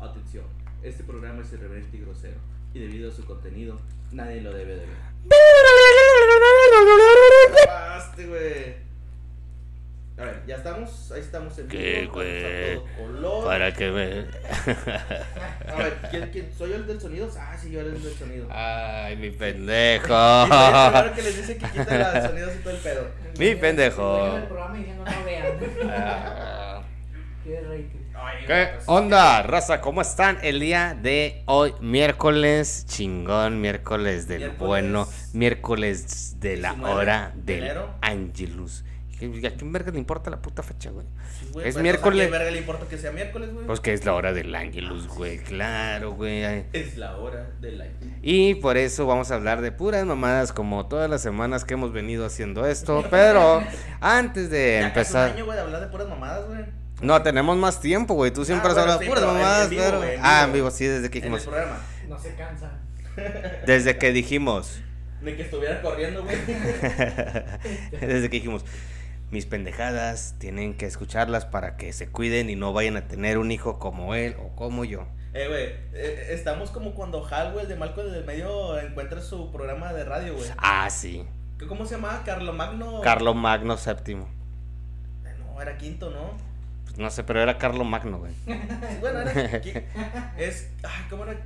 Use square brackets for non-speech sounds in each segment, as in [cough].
atención. Este programa es irreverente y grosero, y debido a su contenido, nadie lo debe de ver. Acabaste, güey. A ver, ya estamos, ahí estamos en ¿Qué, vivo, güey? estamos a todo color. Para que me. A ver, ¿quién, quién? ¿Soy yo el del sonido? Ah, sí, yo era el del sonido. Ay, mi Y todavía es claro pendejo. que les dice que quita la- el sonido y todo el pedo. Mi pendejo. Dueño del programa diciendo no vean. [laughs] Ah. Qué rating. Ay, ¿Qué pues, onda, raza? ¿Cómo están el día de hoy? Miércoles chingón, miércoles del Miércoles bueno, miércoles de la 19 hora de del enero. Angelus. ¿A quién verga le importa la puta fecha, güey? sí, güey, es pues, ¿A miércoles. qué verga le importa que sea miércoles, güey? Pues que es la hora del Angelus, güey, claro, güey. Es la hora del like. Y por eso vamos a hablar de puras mamadas como todas las semanas que hemos venido haciendo esto, pero antes de Ya casi un empezar... año, güey, de hablar de puras mamadas, güey. No, tenemos más tiempo, güey. Tú Ah, siempre has bueno, hablado sí, puras pero en- en mamadas, vivo, pero- güey, en Ah, en vivo. vivo, sí, desde que En el dijimos... programa. No se cansa. Desde que [laughs] dijimos... De que estuviera corriendo, güey. Desde que dijimos, mis pendejadas tienen que escucharlas para que se cuiden y no vayan a tener un hijo como él o como yo. Eh, güey, eh, estamos como cuando Hal, güey, el de Malco del Medio encuentra su programa de radio, güey. Ah, sí. ¿Qué- ¿Cómo se llamaba? Carlo Magno. Carlo Magno VII. Eh, No, era quinto, ¿no? [laughs] Pues no sé, pero era Carlo Magno, güey. Bueno, era. qui- es. Ay, ¿cómo era?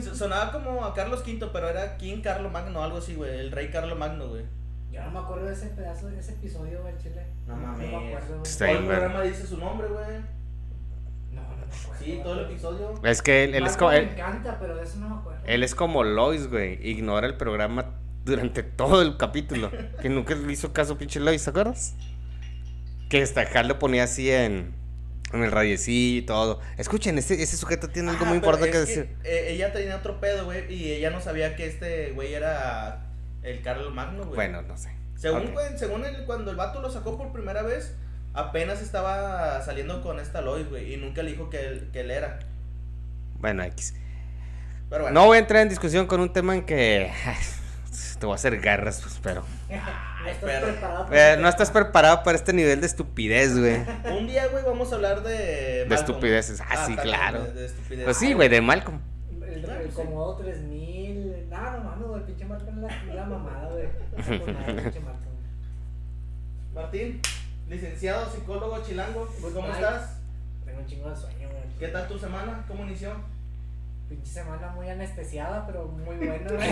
So- Sonaba como a Carlos V, pero era King Carlo Magno, algo así, güey. El rey Carlo Magno, güey. Yo no me acuerdo de ese pedazo, de ese episodio, güey, chile. No No mames. me acuerdo, güey. Todo Está el bien, güey. programa dice su nombre, güey. No, no me acuerdo. Sí, todo el episodio. Es que él, él es, Marco como, me él, encanta, pero de eso no me acuerdo. él es como Lois, güey. Ignora el programa durante todo el capítulo. Que nunca le hizo caso pinche Lois, ¿te acuerdas? Que hasta Hal lo ponía así en, en el radiecillo y todo. Escuchen, ese, ese sujeto tiene algo Ajá, muy pero importante que es decir. eh, ella tenía otro pedo, güey, y ella no sabía que este güey era el Carlo Magno, güey. Bueno, no sé. Según, ok. güey, según el- cuando el vato lo sacó por primera vez, apenas estaba saliendo con esta Lois, güey, y nunca le dijo que él, que él era. Bueno, X. Pero bueno. No voy a entrar en discusión con un tema en que te voy a hacer garras, pues, pero No estás perro. preparado para eh, ese no estás tema. preparado para este nivel de [laughs] estupidez, güey. Un día, güey, vamos a hablar de. De estupideces. Ah, sí, está bien, claro. De, de estupideces. Pues sí, güey, [laughs] de Malcolm. El, Claro, sí. el Comodo 3000. No, no mames, güey. El pinche Marco en la, [laughs] la mamada, [laughs] güey. No me acuerdo nada del pinche Marco. Martín, licenciado psicólogo chilango, ¿cómo Ay. estás? Tengo un chingo de sueño, güey. ¿Qué tal tu semana? ¿Cómo inició? Pinche semana muy anestesiada, pero muy buena, güey.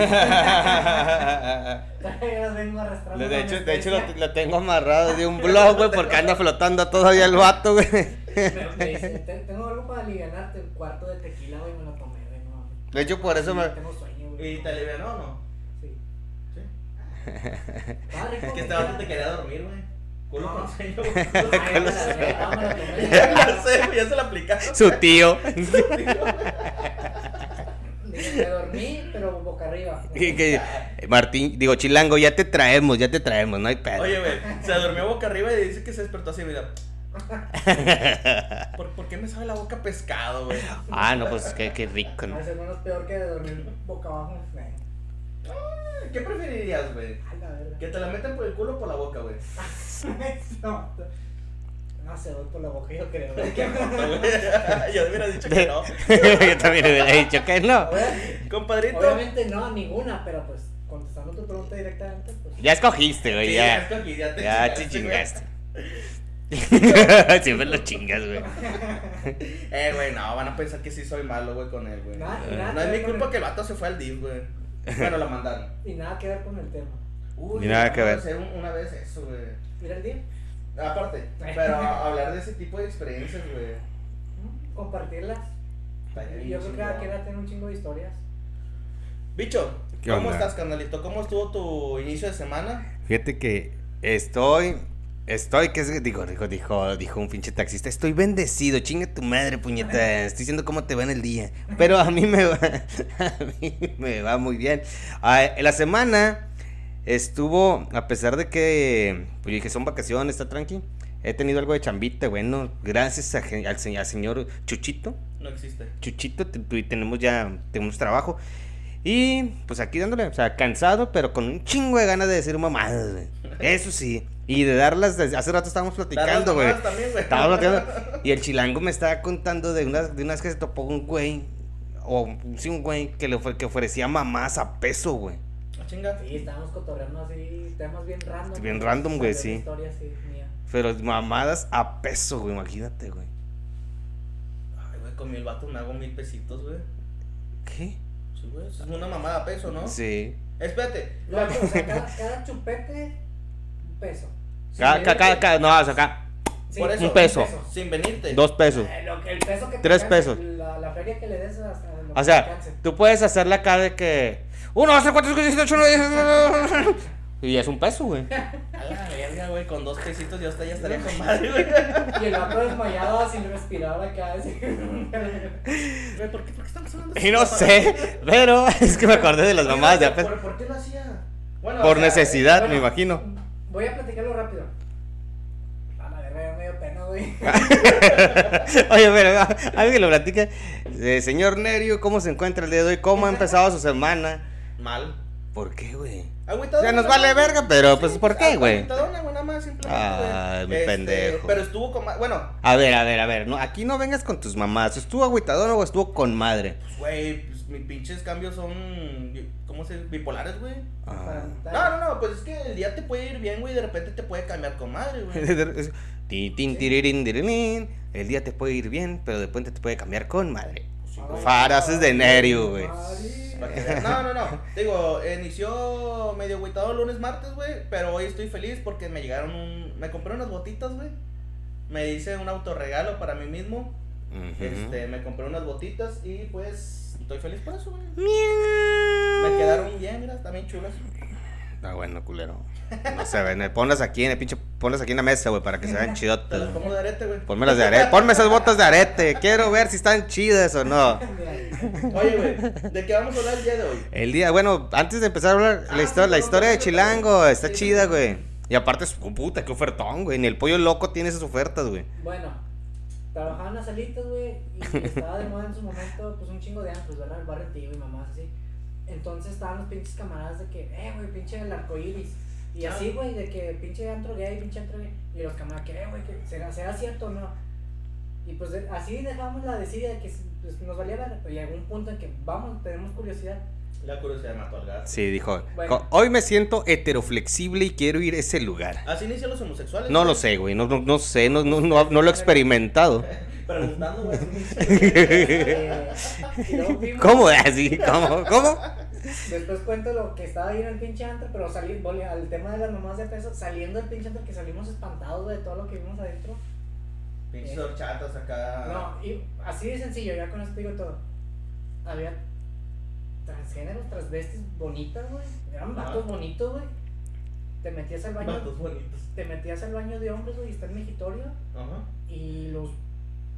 [laughs] [laughs] Todavía los vengo De arrastrando. la hecho, de hecho lo, anestesia. lo tengo amarrado de un blog, güey, porque anda flotando todavía el vato, güey. Me dice, "Ten- Tengo algo para alivianarte. Un cuarto de tequila, güey, me lo tomé, güey. No, mames. De hecho, por eso Sí, me. Tengo sueño, güey. ¿Y te alivianó o no? Sí. Sí. Estaba Es rico, que güey. este vato te quería dormir, güey. Culo No. con [laughs] sueño. [laughs] Ay, me la- [laughs] me la tomé. Ya sé, güey, ya se lo aplicaste. Su tío. [laughs] Me dormí, pero boca arriba. Que- que- Martín, digo, chilango, ya te traemos, ya te traemos, no hay pedo. Oye, güey, se durmió boca arriba y dice que se despertó así, [laughs] mira. ¿Por, por qué me sabe la boca a pescado, güey? Ah, no, pues qué, qué rico, ¿no? A ser menos peor que dormir boca abajo. Ay, ¿Qué preferirías, güey? la verga. Que te la metan por el culo o por la boca, [laughs] güey. No, [laughs] no sé, voy por la boca, yo creo. [laughs] güey. Qué joto, güey. Yo hubiera dicho que no. [laughs] Yo también hubiera dicho que no. A ver, Compadrito. Obviamente no, ninguna, pero pues contestando tu pregunta directamente, pues. Ya escogiste, güey, Sí, ya. esto aquí ya te Ya te güey. chingaste. [laughs] Siempre lo chingas, güey. Eh, güey, no, van a pensar que sí soy malo, güey, con él, güey. Nada, No y nada es que mi ver con culpa el- que el vato se fue al DIF, güey. Bueno, lo mandaron. Y nada que ver con el tema. Uy, Ni nada que ver. Hacer un- una vez eso, güey. Mira el día. Aparte, [laughs] pero hablar de ese tipo de experiencias, güey. ¿no? Compartirlas. estaría bien Y yo creo que cada chingón. quien va a tener un chingo de historias. Bicho, ¿Qué ¿cómo onda? estás, canalito? ¿Cómo estuvo tu inicio de semana? Fíjate que estoy. Estoy, que es, digo, dijo, dijo, dijo un pinche taxista, estoy bendecido, chinga tu madre, puñeta, estoy diciendo cómo te va en el día. Pero a mí me va, [laughs] a mí me va muy bien. Ah, en la semana estuvo, a pesar de que, pues yo dije, son vacaciones, está tranqui, he tenido algo de chambita, bueno, gracias a gen- al se- al señor Chuchito, No existe. Chuchito, te- tu- y tenemos ya, tenemos trabajo. Y pues aquí dándole, o sea, cansado, pero con un chingo de ganas de decir mamadas, güey. Eso sí. Y de darlas, de- hace rato estábamos platicando, Las güey. mamadas también, güey. Estábamos platicando. Y el chilango me estaba contando de unas, de unas que se topó un güey o sí, un güey que le ofre- que ofrecía mamás a peso, güey. [laughs] Ah, chinga. Sí, estábamos cotorreando así, temas bien random. Bien random, güey, Salió sí. una historia así, mía. Pero mamadas a peso, güey, imagínate, güey. Ay, güey, con mil vatos me hago mil pesitos, güey. ¿Qué? Sí, güey. eso Es una mamada a peso, ¿no? Sí. Espérate. Lo- o sea, cada, cada chupete, un peso. Sin Acá, acá, venirte- acá, acá, no, acá. Sí, Por eso. Un peso. Sin venirte. Dos pesos. Eh, lo que- el peso que te Tres alcance, pesos. La, la feria que le des hasta lo que O te sea, alcance. tú puedes hacerla acá de que. Uno, dos, tres, cuatro, cinco, seis, siete, ocho, nueve, diez. [laughs] Y es un peso, güey. A la verga, güey. Con dos pesitos yo hasta ya estaría con madre, güey. Y el vato desmayado [laughs] sin respirar acá. así. Güey, ¿por qué, ¿por qué estamos hablando de Y [laughs] no eso? sé, pero [laughs] es que me acordé de las Oye, mamadas de a ¿por- peso. ¿Por qué lo hacía? Bueno, Por o sea, necesidad, bueno. me imagino. Voy a platicarlo rápido. A la verga, ya me dio pena, güey. Oye, pero ah, alguien que lo platica. Eh, señor Nerio, ¿cómo se encuentra el día de hoy? ¿Cómo ha empezado su semana? Mal. ¿Por qué, güey? Agüitadona, Ya nos nada vale más. verga, pero pues Sí, ¿por qué, güey? agüitadona, güey, nada más, simplemente, güey. Este, Ay, mi pendejo. Pero estuvo con. ma- Bueno, A ver, a ver, a ver, no, aquí no vengas con tus mamás. ¿Estuvo agüitadón o estuvo con madre? pues, güey, pues, mis pinches cambios son. ¿Cómo se dice? Bipolares, güey. Ah. No, no, no, pues es que el día te puede ir bien, güey, y de repente te puede cambiar con madre, [laughs] güey. Tin, tin, tirirín, tirirín. El día te puede ir bien, pero de repente te puede cambiar con madre. Ay, Farases de Nerio, güey. madre. Para que veas. No, no, no. Te Digo, eh, inició medio agüitado lunes, martes, güey. Pero hoy estoy feliz porque me llegaron un. Me compré unas botitas, güey. Me hice un autorregalo para mí mismo. Ujú. Este, me compré unas botitas y pues estoy feliz por eso, güey. Miau. Me quedaron bien, mira, también chulas. Ah, bueno, culero. No se ven. eh, Ponlas aquí en el pinche. Ponlas aquí en la mesa, güey, para que se vean Te chidotas. las pongo de arete, güey. Ponme las de arete. Ponme esas botas de arete. Quiero ver si están chidas o no. Oye, güey, ¿de qué vamos a hablar el día de hoy? El día, bueno, antes de empezar a hablar, Ah, la, histo- sí, no, la historia no, de no, Chilango está sí, chida, sí. güey. Y aparte, es- oh, puta, qué ofertón, güey. Ni el pollo loco tiene esas ofertas, güey. Bueno, trabajaban las alitas, güey, y estaba de moda en su momento, pues un chingo de antros, ¿verdad? El barrio antiguo y mamás así. Entonces estaban los pinches camaradas de que, eh, güey, pinche el arco iris. Y así, güey, de que pinche antro gay, pinche antro gay. Y los camaradas que, eh, güey, que será, será cierto o no. Y pues de- así dejamos la desidia de que pues, nos valía ver. Pero llegó un punto en que, vamos, tenemos curiosidad. La curiosidad mató al gato. Sí, dijo. Bueno. "Co- Hoy me siento heteroflexible y quiero ir a ese lugar. Así inician los homosexuales. No güey. lo sé, güey. No, no, no sé. No, no, no, no lo he experimentado. [laughs] Preguntando, güey. Eh, y luego fuimos. ¿Cómo? [laughs] Así, ¿cómo? ¿Cómo? Después cuento lo que estaba ahí en el pinche antro, pero salí, volví al tema de las mamás de peso, saliendo del pinche antro que salimos espantados de todo lo que vimos adentro. Pinches horchatas acá. No, y así de sencillo, ya con esto digo todo. Había transgéneros, transvestis bonitas, güey. Eran Ah. vatos bonitos, güey. Te metías al baño, Vatos bonitos. te metías al baño de hombres, güey, y está el mejitorio. Ajá. Y los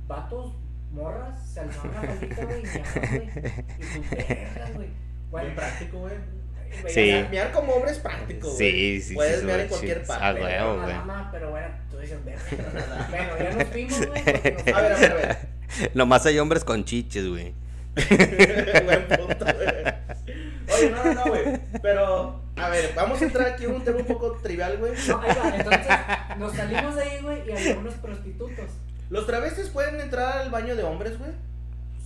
vatos, morras, se alzaban la palita, güey, y meaban, güey. Y tú, "Verga, güey. Bien Bueno, práctico, güey. güey, Sí. ya- Mirar como hombre es práctico, güey. Sí, sí, sí, Puedes sí, mirar en sí. cualquier parte. Ah, güey. güey. Pero, mamá, pero bueno, tú dices, "Verga". Bueno, ya nos fuimos, güey. porque nos- A ver, a ver, a ver. Nomás hay hombres con chiches, güey. [laughs] Buen punto, güey. Oye, no, no, no, güey. Pero, a ver, vamos a entrar aquí en un tema un poco trivial, güey. No, ahí va, entonces nos salimos de ahí, güey, y había unos prostitutos. ¿Los travestis pueden entrar al baño de hombres, güey?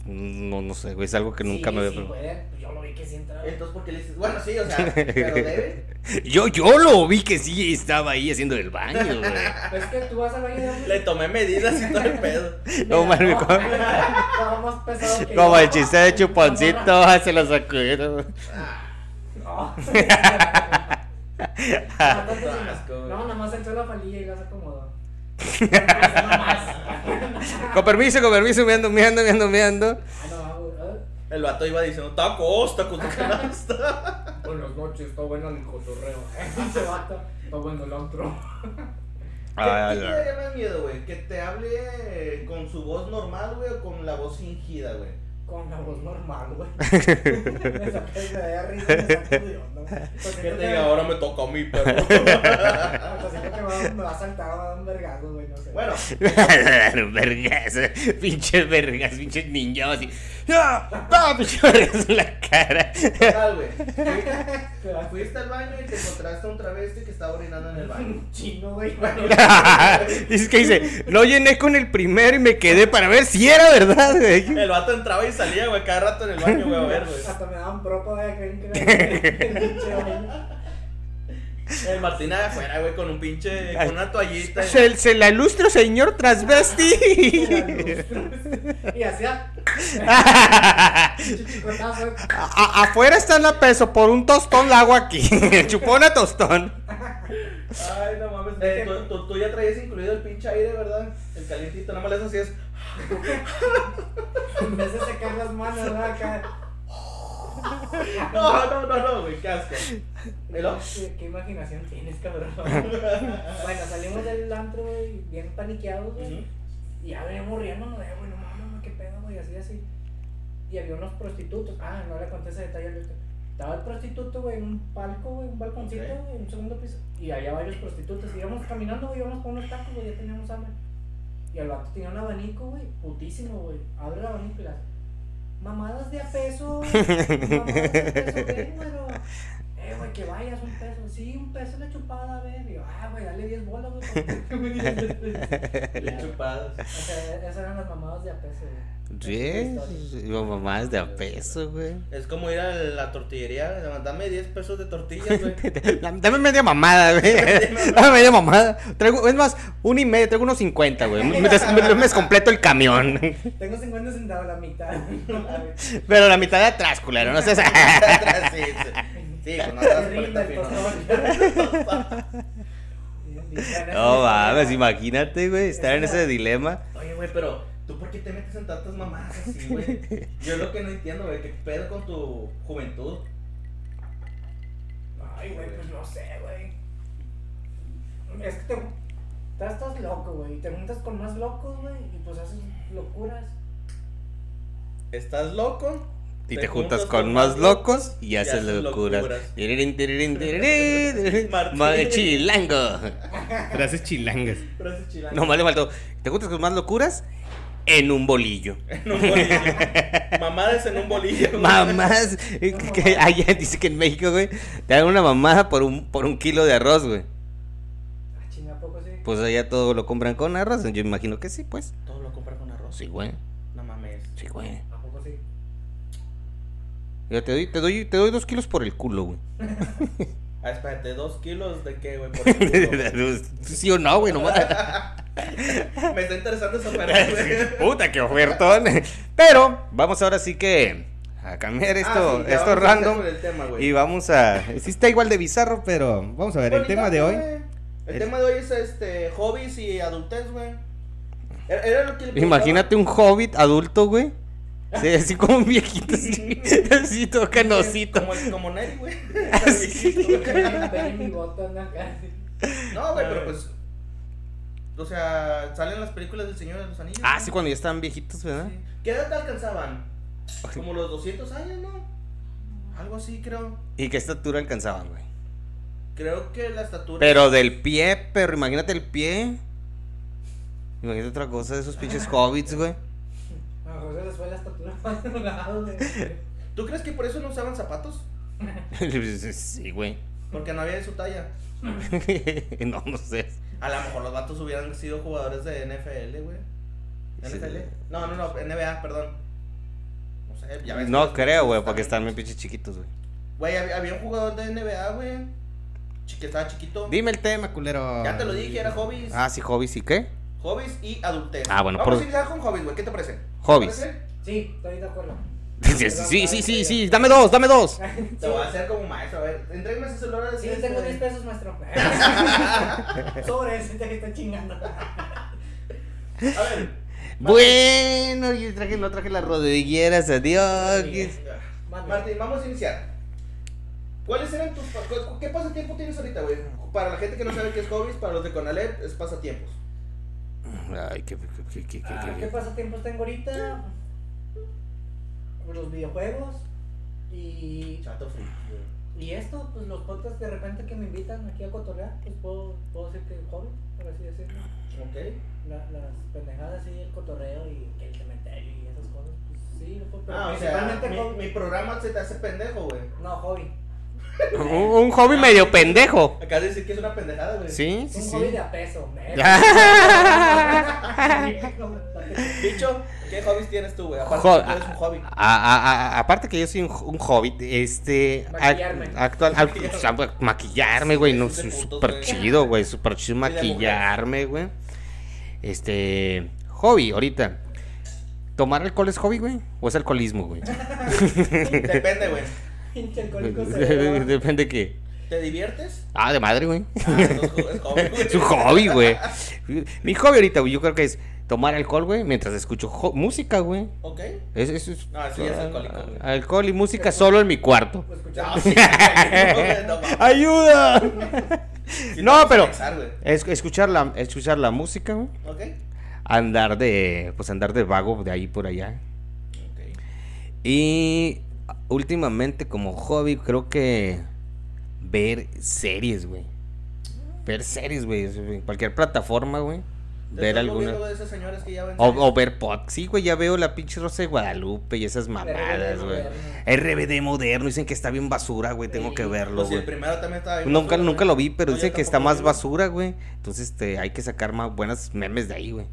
No, no sé, güey. Es algo que nunca Sí, me había sí, preguntado. pueden, pues yo lo vi que sí entraba. Entonces, ¿por qué le dices? Bueno, sí, o sea, pero debe. Yo, yo lo vi que sí estaba ahí haciendo el baño, güey. [laughs] Es que tú vas al baño de hombres. Le tomé medidas y todo el pedo. No, mira, mami, ¿cómo? estaba más pesado que Como yo. el chiste de chuponcito, [laughs] se lo sacudieron. No, asco, no, nada más entró la palilla y la se acomodó. No más. Con permiso, con permiso, mirando, mirando, mirando, mirando. Ah, no, güey, ah, El vato iba diciendo, tacos, tacos de canasta. Buenas noches, está bueno el cotorreo. [laughs] Ese vato, está bueno el antro. ¿Qué, Ah, qué te daría más miedo, güey? ¿Que te hable con su voz normal, güey, o con la voz fingida, güey? Con la voz normal, [laughs] güey. me saqué me da [laughs] risa, me saqué de onda. Que te diga, ahora me toca a mí, perro. Entonces, creo que va a me va a saltar, me va a dar un vergazo, güey, no sé. Bueno, [laughs] vergas, pinche vergas, pinches ninjas así. ¡Ah! ¡Ah! Pinche vergas en la cara. [laughs] total, güey. Fui- Fuiste al baño y te encontraste a un travesti que estaba orinando en el baño. Un chino, [laughs] güey. Dice que dice, lo llené con el primero y me quedé para ver si era verdad, güey. El vato entraba y salía, güey, cada rato en el baño, güey, a ver, güey. Hasta me daban propa, güey, creen que [laughs] era el pinche baño. [laughs] El Martina de afuera, güey, con un pinche, con una toallita. y- Se, se la ilustro, señor transvesti. [laughs] Y hacía pinche chicotazo. A- a- afuera está la peso, por un tostón la hago aquí. [laughs] Chupona tostón. Ay, no mames. eh, tú, tú- tú ya traías incluido el pinche aire, ¿verdad? El calientito, nada más le hacías [laughs] así En vez de secar las manos, ¿verdad? Acá. es. No, no, no, no, güey, qué asco. Y luego, ¿Qué, qué imaginación tienes, cabrón? [laughs] bueno, salimos del antro, güey, bien paniqueados, güey. ujú. Y ya veníamos riéndonos, de, güey, no mames, güey, qué pedo, güey, así, así. Y había unos prostitutos. Ah, no le conté ese detalle ahorita. Estaba el prostituto, güey, en un palco, güey, un balconcito, Ok. güey, en un segundo piso. Y había varios prostitutos. Y íbamos caminando, güey, íbamos con unos tacos, güey, ya teníamos hambre. Y el vato tenía un abanico, güey, putísimo, güey. Abre el abanico y las. Mamadas de a peso, güey, mamadas de a peso, ven, güero. Eh, güey, que vayas, un peso. Sí, un peso la chupada, a ver. Y yo, ah, güey, dale 10 bolas, güey. [laughs] porque- Le chupadas. o sea, esas eran las mamadas de APS, güey. Sí, mamás de a peso, güey. Es como ir a la tortillería, güey, dame 10 pesos de tortillas, [laughs] güey. [laughs] Dame dame media mamada, güey. [laughs] Dame media mamada. Traigo, es más, una y media, traigo unos 50, güey. Me, des- me- me descompleto el camión. [laughs] Tengo 50 centavos la mitad. [laughs] Pero la mitad de atrás, culero, no seas. sí, sí. Sí, con otras Se rinde paletas el finas. [laughs] [laughs] pues [laughs] No mames, imagínate, güey, estar en ese dilema. Oye, güey, pero ¿tú por qué te metes en tantas mamadas así, güey? Yo lo que no entiendo, güey, ¿qué pedo con tu juventud? Ay, güey, pues no sé, güey. Es que te. Estás, estás loco, güey. Y te juntas con más locos, güey. Y pues haces locuras. ¿Estás loco? Y te juntas con más locos y haces locuras. Tirirín, [laughs] tirirín, tirirín. Martín. Madre chilango. Frases chilangas. Frases chilangas. No, vale, faltó. ¿Te juntas con más locuras? En un bolillo. [laughs] En un [laughs] bolillo. Mamadas en un bolillo. güey. Mamás. eh, que allá [laughs] dice que en México, güey, te dan una mamada por un, por un kilo de arroz, güey. Ah, chinga, ¿a poco sí? Pues allá todo lo compran con arroz. Yo imagino que sí, pues. Todo lo compra con arroz. Sí, güey. No mames. Sí, güey. ¿A poco [laughs] sí? Yo te doy, te doy, te doy dos kilos por el culo, [laughs] güey. Ah, espérate, ¿dos kilos de qué, güey? [laughs] Por el culo? sí o no, güey, nomás. [laughs] [laughs] Me está interesando esa oferta, güey. Puta, qué ofertón. Pero vamos ahora sí que a cambiar Ah, esto, sí, ya esto vamos a random. empezar con el tema, güey. Y vamos a. Sí está igual de bizarro, pero vamos a ver. El Bonito, tema de hoy. güey. El, el- tema de hoy es este hobbies y adultez, güey. Era, era lo que le Imagínate un hobbit adulto, güey. Sí, así como un viejito, así, así todo preguntaba, canosito. Como, como Neri, [laughs] güey. [laughs] Ven mi bota, anda acá. No, güey, pero pues. O sea, salen las películas del Señor de los Anillos. Ah, güey. sí, cuando ya estaban viejitos, ¿verdad? Sí. ¿Qué edad te alcanzaban? Como los 200 años, ¿no? Algo así, creo. ¿Y qué estatura alcanzaban, güey? Creo que la estatura. Pero del pie, pero imagínate el pie. Imagínate otra cosa de esos pinches hobbits, güey. [laughs] A lo mejor se les fue la estatura más [laughs] de un lado, güey. ¿Tú crees que por eso no usaban zapatos? Sí, güey. [laughs] Porque no había de su talla. no, no sé. A lo mejor los vatos hubieran sido jugadores de NFL, güey. Sí. ¿NFL? No, no, no, NBA, perdón. No sé, ya ves. No que- creo, güey, porque están bien pinches chiquitos, güey. Güey, había, había un jugador de NBA, güey. chi- Que estaba chiquito. Dime el tema, culero. Ya te lo dije, era hobbies. Ah, sí, hobbies y qué? Hobbies y adultez. Ah, bueno, Vamos por- a iniciar con hobbies, güey. ¿Qué te parece? ¿Te Hobbies. parece? Sí, estoy de acuerdo. [laughs] Sí, sí, sí, sí, sí, dame dos, dame dos. Te voy a hacer como maestro. A ver, entrégame ese celular. Sí, este, tengo 10 pesos, maestro. [laughs] Sobre ese te está chingando. A ver. Bueno, yo traje, no traje las rodilleras, adiós. Sí. Mande. Martín, vamos a iniciar. ¿Cuáles eran tus pa- cu- qué pasatiempo tienes ahorita, güey? Para la gente que no sabe qué es hobbies, para los de Conalep es pasatiempos. Ay, qué, qué, qué, qué, Ah, ¿Qué qué, qué. pasatiempos tengo ahorita? Los videojuegos y Chato frío. güey. Y esto, pues los podcasts de repente que me invitan aquí a cotorrear, pues puedo, puedo decir que hobby, por así decirlo. Ok. La- las pendejadas y el cotorreo y que el cementerio y esas cosas, pues sí, lo puedo, pero Ah, o sea, principalmente mi, hobby. mi programa se te hace pendejo, güey. No, hobby. Un, un hobby medio pendejo. Acabas de decir que es una pendejada, güey. Sí, Es sí, un sí. hobby de a peso, [laughs] me. Dicho, ¿qué hobbies tienes tú, güey? Aparte, Jo- tú eres un [laughs] hobby. A- a- a- aparte que yo soy un, jo- un hobbit, este. ac- Maquillarme. Actual, ac- o sea, güey, maquillarme, güey. No, Sí, su- de putos, súper güey. chido, güey. Súper chido Y de mujeres. maquillarme, güey. Este. Hobby, ahorita. ¿Tomar alcohol es hobby, güey? ¿O es alcoholismo, güey? Depende, güey. [laughs] Pinche alcohólico cerebral. Depende que. ¿Te diviertes? Ah, de madre, güey. [laughs] Ah, entonces es hobby, güey. Es un hobby, güey. Mi hobby ahorita, güey, yo creo que es tomar alcohol, güey, mientras escucho jo- música, güey. Ok. Es, es, es- No, eso Ah, ya es alcohólico, güey. Alcohol y música solo en mi cuarto. [laughs] Lo No, escuchamos. Ah, sí, [laughs] güey, no, mames. ¡Ayuda! Sí, No, te vas a pero- pensar, güey. Es- escuchar, la, escuchar la música, güey. Ok. Andar de. Pues andar de vago de ahí por allá. Ok. Y últimamente, como hobby, creo que. Ver series, güey. Ver series, güey. En cualquier plataforma, güey. ¿Te Ver estás alguna. moviendo de esas señoras que ya ven O, series? o ver pod. Sí, güey, ya veo la pinche Rosa de Guadalupe y esas mamadas, güey. RBD moderno, dicen que está bien basura, güey, tengo que Sí, verlo, Pues, sí, güey. el primero también estaba bien Nunca, basura, nunca güey. lo vi, pero No, yo dicen que está tampoco más lo vi. basura, güey. Entonces, este, hay que sacar más buenas memes de ahí, güey.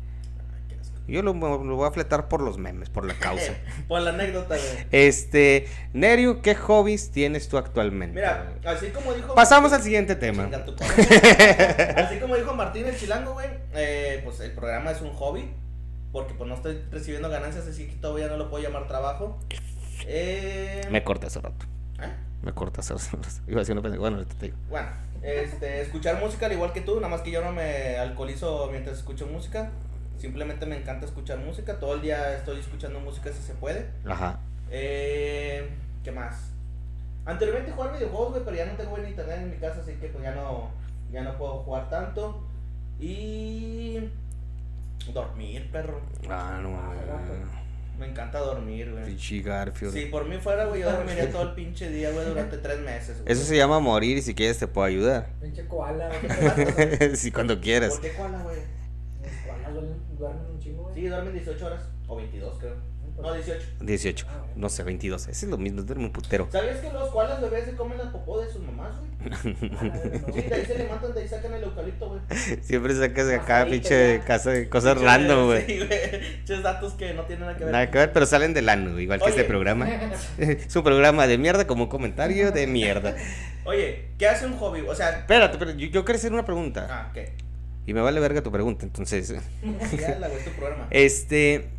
Qué asco. Yo lo, lo voy a fletar por los memes, por la [laughs] causa. Por la anécdota, güey. este, Nerio, ¿qué hobbies tienes tú actualmente? Mira, güey? así como dijo. Pasamos al siguiente tema. Chinga tu [laughs] madre. Así como dijo Martín el Chilango, güey, eh, pues el programa es un hobby, porque pues no estoy recibiendo ganancias, así que todavía no lo puedo llamar trabajo. Eh, Me corté hace rato. ¿Ah? Me corté hace rato. [laughs] Iba a decir una pendeja. Bueno, ahorita te digo. Bueno, este, escuchar música al igual que tú, nada más que yo no me alcoholizo mientras escucho música. Simplemente me encanta escuchar música, todo el día estoy escuchando música si se puede. Ajá. Eh, ¿Qué más? Anteriormente jugaba videojuegos, güey, pero ya no tengo buen internet en mi casa, así que pues ya no, ya no puedo jugar tanto. Y... Dormir, perro. Ah, no mames. Me encanta dormir, güey. Pinche Garfield. Si por mí fuera, [laughs] güey, yo dormiría todo el pinche día, güey, durante tres meses. güey. Eso se llama morir y si quieres te puedo ayudar. [laughs] [laughs] Pinche koala, güey. si cuando quieras. ¿Por qué koala, güey? Los koalas duermen- duermen un chingo, güey. Sí, duermen 18 horas, o 22 creo. No, 18. 18, no sé, 22. Ese es lo mismo, duerme un putero. [laughs] ¿Sabías que los koalas bebés se comen la popó de sus mamás, güey? Sí, de ahí se levantan, de ahí sacan el eucalipto, güey. Siempre sacas acá, Pajarito, pinche, ya. casa, cosas Sí, random, güey. Sí, güey. Muchos datos que no tienen nada que ver. Nada que ver, pero salen del ano, igual que Oye. este programa. [laughs] [laughs] es un programa de mierda como un comentario de [laughs] mierda. Oye, ¿qué hace un hobby? O sea, Espérate, pero yo, yo quiero hacer una pregunta. ah, ¿qué? Y me vale verga tu pregunta, entonces. Ya la güey, tu programa. Este.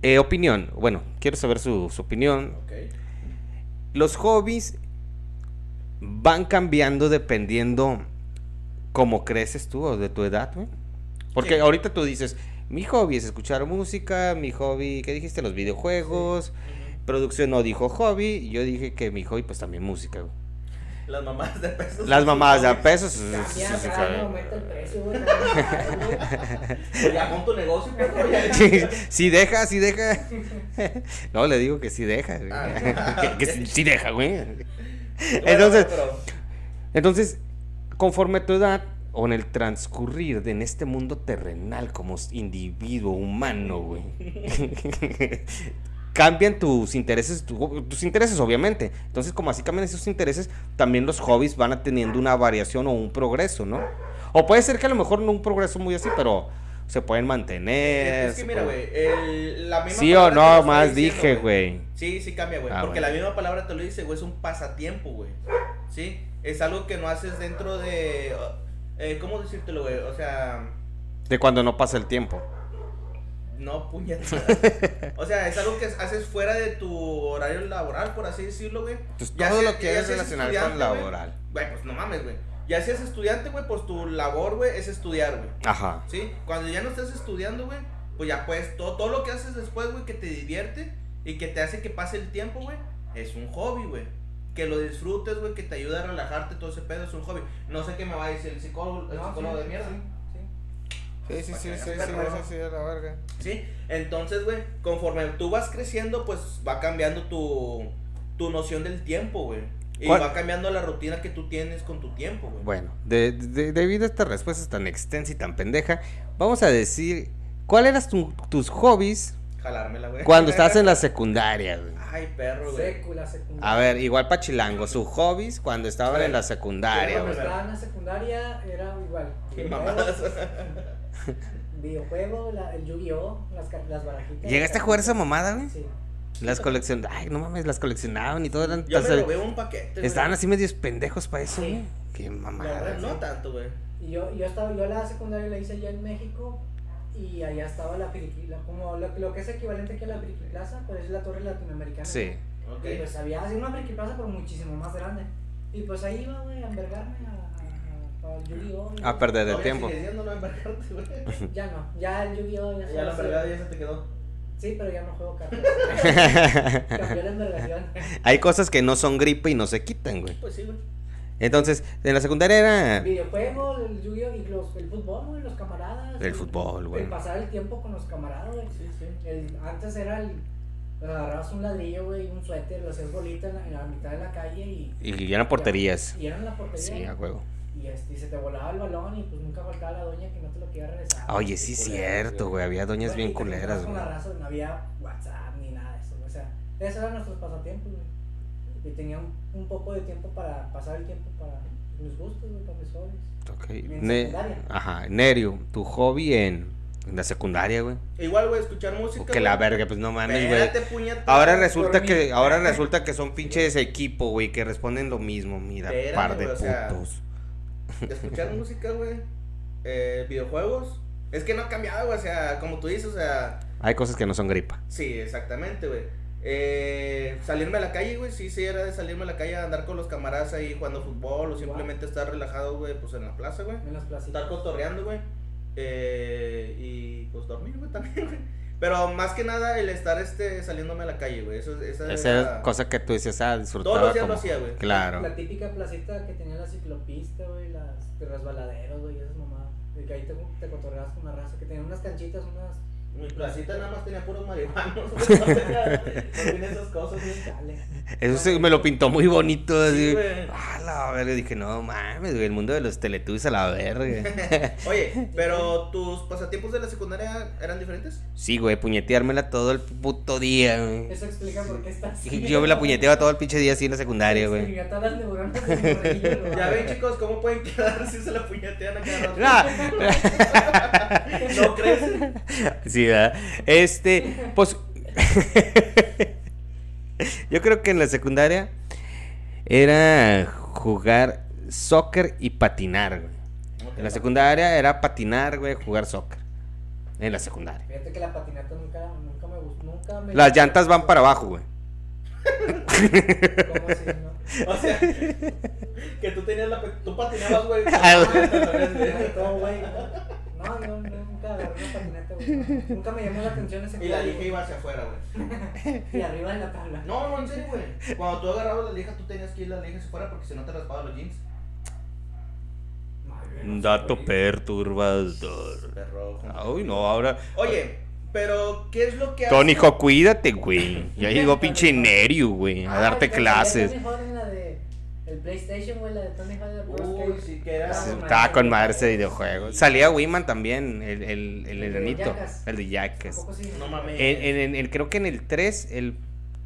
eh, opinión. Bueno, quiero saber su, su opinión. Ok. los hobbies van cambiando dependiendo cómo creces tú o de tu edad, güey. Porque Sí. ahorita tú dices, mi hobby es escuchar música, mi hobby, ¿qué dijiste? Los videojuegos. Ujú. Producción no dijo hobby, y yo dije que mi hobby pues también música, güey. Las mamás de pesos. Las mamadas de a pesos. Cambia cada momento el precio, güey. Ay, Pues ya con tu negocio, perro, ya. [laughs] Sí, sí deja, [laughs] sí deja. No, le digo que sí deja. güey. Ah. [laughs] Que, que sí- sí deja, güey. Bueno, Entonces, pero- Entonces, conforme a tu edad o en el transcurrir de en este mundo terrenal como s- individuo humano, güey, [laughs] cambian tus intereses, tu- tus intereses obviamente. Entonces, como así cambian esos intereses, también los hobbies van a teniendo una variación o un progreso, ¿no? O puede ser que a lo mejor no un progreso muy así, pero se pueden mantener. es que se mira, pueden- güey, el- la misma Sí o palabra que te no, estoy más diciendo, dije, güey. Sí, sí cambia, güey. Ah, porque bueno. la misma palabra te lo dice, güey. Es un pasatiempo, güey. ¿Sí? Es algo que no haces dentro de. eh, ¿Cómo decírtelo, güey? O sea. De cuando no pasa el tiempo. No, [laughs] puñetas. o sea, es algo que haces fuera de tu horario laboral, por así decirlo, güey. Entonces, Ya todo si- lo que ya es si eres relacionado con estudiante, güey. laboral. Güey, pues no mames, güey. Ya si eres estudiante, güey, pues tu labor, güey, es estudiar, güey. Ajá. ¿Sí? Cuando ya no estás estudiando, güey, pues ya pues todo, todo lo que haces después, güey, que te divierte y que te hace que pase el tiempo, güey, es un hobby, güey. Que lo disfrutes, güey, que te ayuda a relajarte, todo ese pedo es un hobby. No sé qué me va a decir el psicólogo, el No, psicólogo sí, de mierda. sí, sí. Sí, sí, sí, sí, sí, sí, sí, a la verga. ¿Sí? Entonces, güey, conforme tú vas creciendo, pues va cambiando tu, tu noción del tiempo, güey. Y ¿Cuál- va cambiando la rutina que tú tienes con tu tiempo, güey. Bueno, de- de- debido a estas respuestas tan extensa y tan pendeja, vamos a decir, ¿cuál eras tu- tus hobbies Jalármela, güey. cuando estabas en la secundaria? güey? Ay, perro, güey. Secu, la secundaria. A ver, igual para Chilango, sus hobbies cuando estaban en la secundaria, Yo cuando güey. estaba en la secundaria era igual. Qué videojuegos, mamadas. [laughs] Videojuego, la- el Yu-Gi-Oh, las, ca- las barajitas. ¿Llegaste a jugar esa mamada, güey? Sí. Las coleccionaban, ay, no mames, las coleccionaban y todo eran... Yo me tan- robé un paquete. güey. Estaban así medios pendejos para eso, Sí. güey. Qué La mamada. verdad, No güey. tanto, güey. Y yo, yo estaba, yo la secundaria la hice allá en México y allá estaba la Piriqui- la- como lo, lo que es equivalente aquí a la Piriqui Plaza, pero es la torre latinoamericana. Sí. [laughs] Ok. Y pues había así una Piriqui Plaza, pero muchísimo más grande. Y pues ahí iba, güey, a envergarme a, a, a- al Yu-Gi-Oh! y- A perder el Todavía tiempo. sigues yendo, no embarcarte, [laughs] güey. Ya no, ya el Yu-Gi-Oh! Ya la se- vergada ya se te quedó. Sí, pero ya no [laughs] juego cartas. Cambió la envergación. Hay cosas que no son gripe y no se quitan, güey. Pues sí, güey. Entonces, en la secundaria era Videojuego, el Yu-Gi-Oh! y los, el fútbol, güey, los camaradas. el fútbol, güey. El pasar el tiempo con los camaradas, güey. Sí, sí. El- antes era el. Agarrabas un ladrillo, güey, un suéter, lo hacías bolita en la, en la mitad de la calle y. Y eran porterías. Y eran la portería. Sí, a huevo. y, este, y se te volaba el balón y pues nunca faltaba la doña que no te lo quería regresar. Ah, Oye, sí, Qué culeras, cierto, güey. güey. Había doñas Güey, bien y te juntabas culeras, con güey. la raza, no había WhatsApp ni nada de eso, güey, O sea, esos eran nuestros pasatiempos, güey. Y tenía un, un poco de tiempo para pasar el tiempo para mis gustos, güey, para mis hobbies. Ok. en Ne- secundaria. Ajá, Nerio, tu hobby en, en la secundaria, güey. Igual, güey, escuchar música. O que la verga, pues no mames, güey. Espérate, puñeta. Ahora resulta Por que mí. ahora resulta que son pinches equipo, güey, que responden lo mismo, mira, Espérate, par de güey, o sea, putos. [laughs] Escuchar música, güey. Eh, videojuegos. Es que no ha cambiado, güey. O sea, como tú dices, o sea. Hay cosas que no son gripa. Sí, exactamente, güey. Eh, salirme a la calle, güey. Sí, sí, era de salirme a la calle a andar con los camaradas ahí jugando fútbol o simplemente estar relajado, güey, pues en la plaza, güey. En las placitas. Estar cotorreando, güey. Eh, y pues dormir, güey, [laughs] también, güey. Pero más que nada el estar este, saliéndome a la calle, güey. Eso, esa Esa era- cosa que tú dices, ah, Todos los disfrutaba días lo como... hacía, güey. Claro. La típica placita que tenía la ciclopista, güey, las de resbaladeros, güey, esas mamadas. De que ahí te, te cotorreabas con la raza, que tenían unas canchitas, unas. [laughs] Mi placita nada más tenía puros [laughs] marihuanos. güey. No tiene esas cosas, güey. Dale. Eso se- me lo pintó muy bonito, así. Sí, güey. Ah, la verga, dije, no mames, güey, el mundo de los teletubbies a la [laughs] verga. Oye, pero tus pasatiempos de la secundaria eran diferentes. Sí, güey, puñeteármela todo el puto día, güey. Eso explica por qué estás. Y Yo me la puñeteaba todo el pinche día así en la secundaria, güey. [laughs] Escribía todas las neuronas de mi morrillo, güey. Ya ven, chicos, cómo pueden quedar si se la puñetean a cada rato? Nah. ¿No crees? Sí, ¿verdad? Este, pues. [laughs] Yo creo que en la secundaria era jugar soccer y patinar, güey. En la secundaria era patinar, güey, jugar soccer. En la secundaria. Fíjate que la patinata nunca, nunca me gustó. Nunca me Las llantas van para abajo, güey. ¿Cómo así, no? O sea, que tú tenías la. pe- Tú patinabas, [laughs] güey. Ah, No, todo, güey. No, yo nunca agarré una patineta, güey. no. Nunca me llamó la atención ese Y la juego, lija iba hacia afuera, güey. güey. Y arriba de la tabla. No, no, en serio, güey. Cuando tú agarrabas la lija, tú tenías que ir la lija hacia afuera porque si no te raspaba los jeans. Madre, no sé, Dato güey. perturbador. Perro. Ay, no, ahora. Oye, pero ¿qué es lo que hace? Tony, hijo, cuídate, güey. Ya llegó pinche Nerio, güey, a Ah, darte el Tony- el Tony clases. Hawk en la de- El PlayStation, güey, la de Tony Hawk de Pro Uy, Skate. sí que era. Sí. Estaba con madre ese videojuego. Salía Wiman también, el, el, el El de enanito. Jackass. El de Jackass. Tampoco sí. No mames. En- en- en- el- creo que en el 3, el,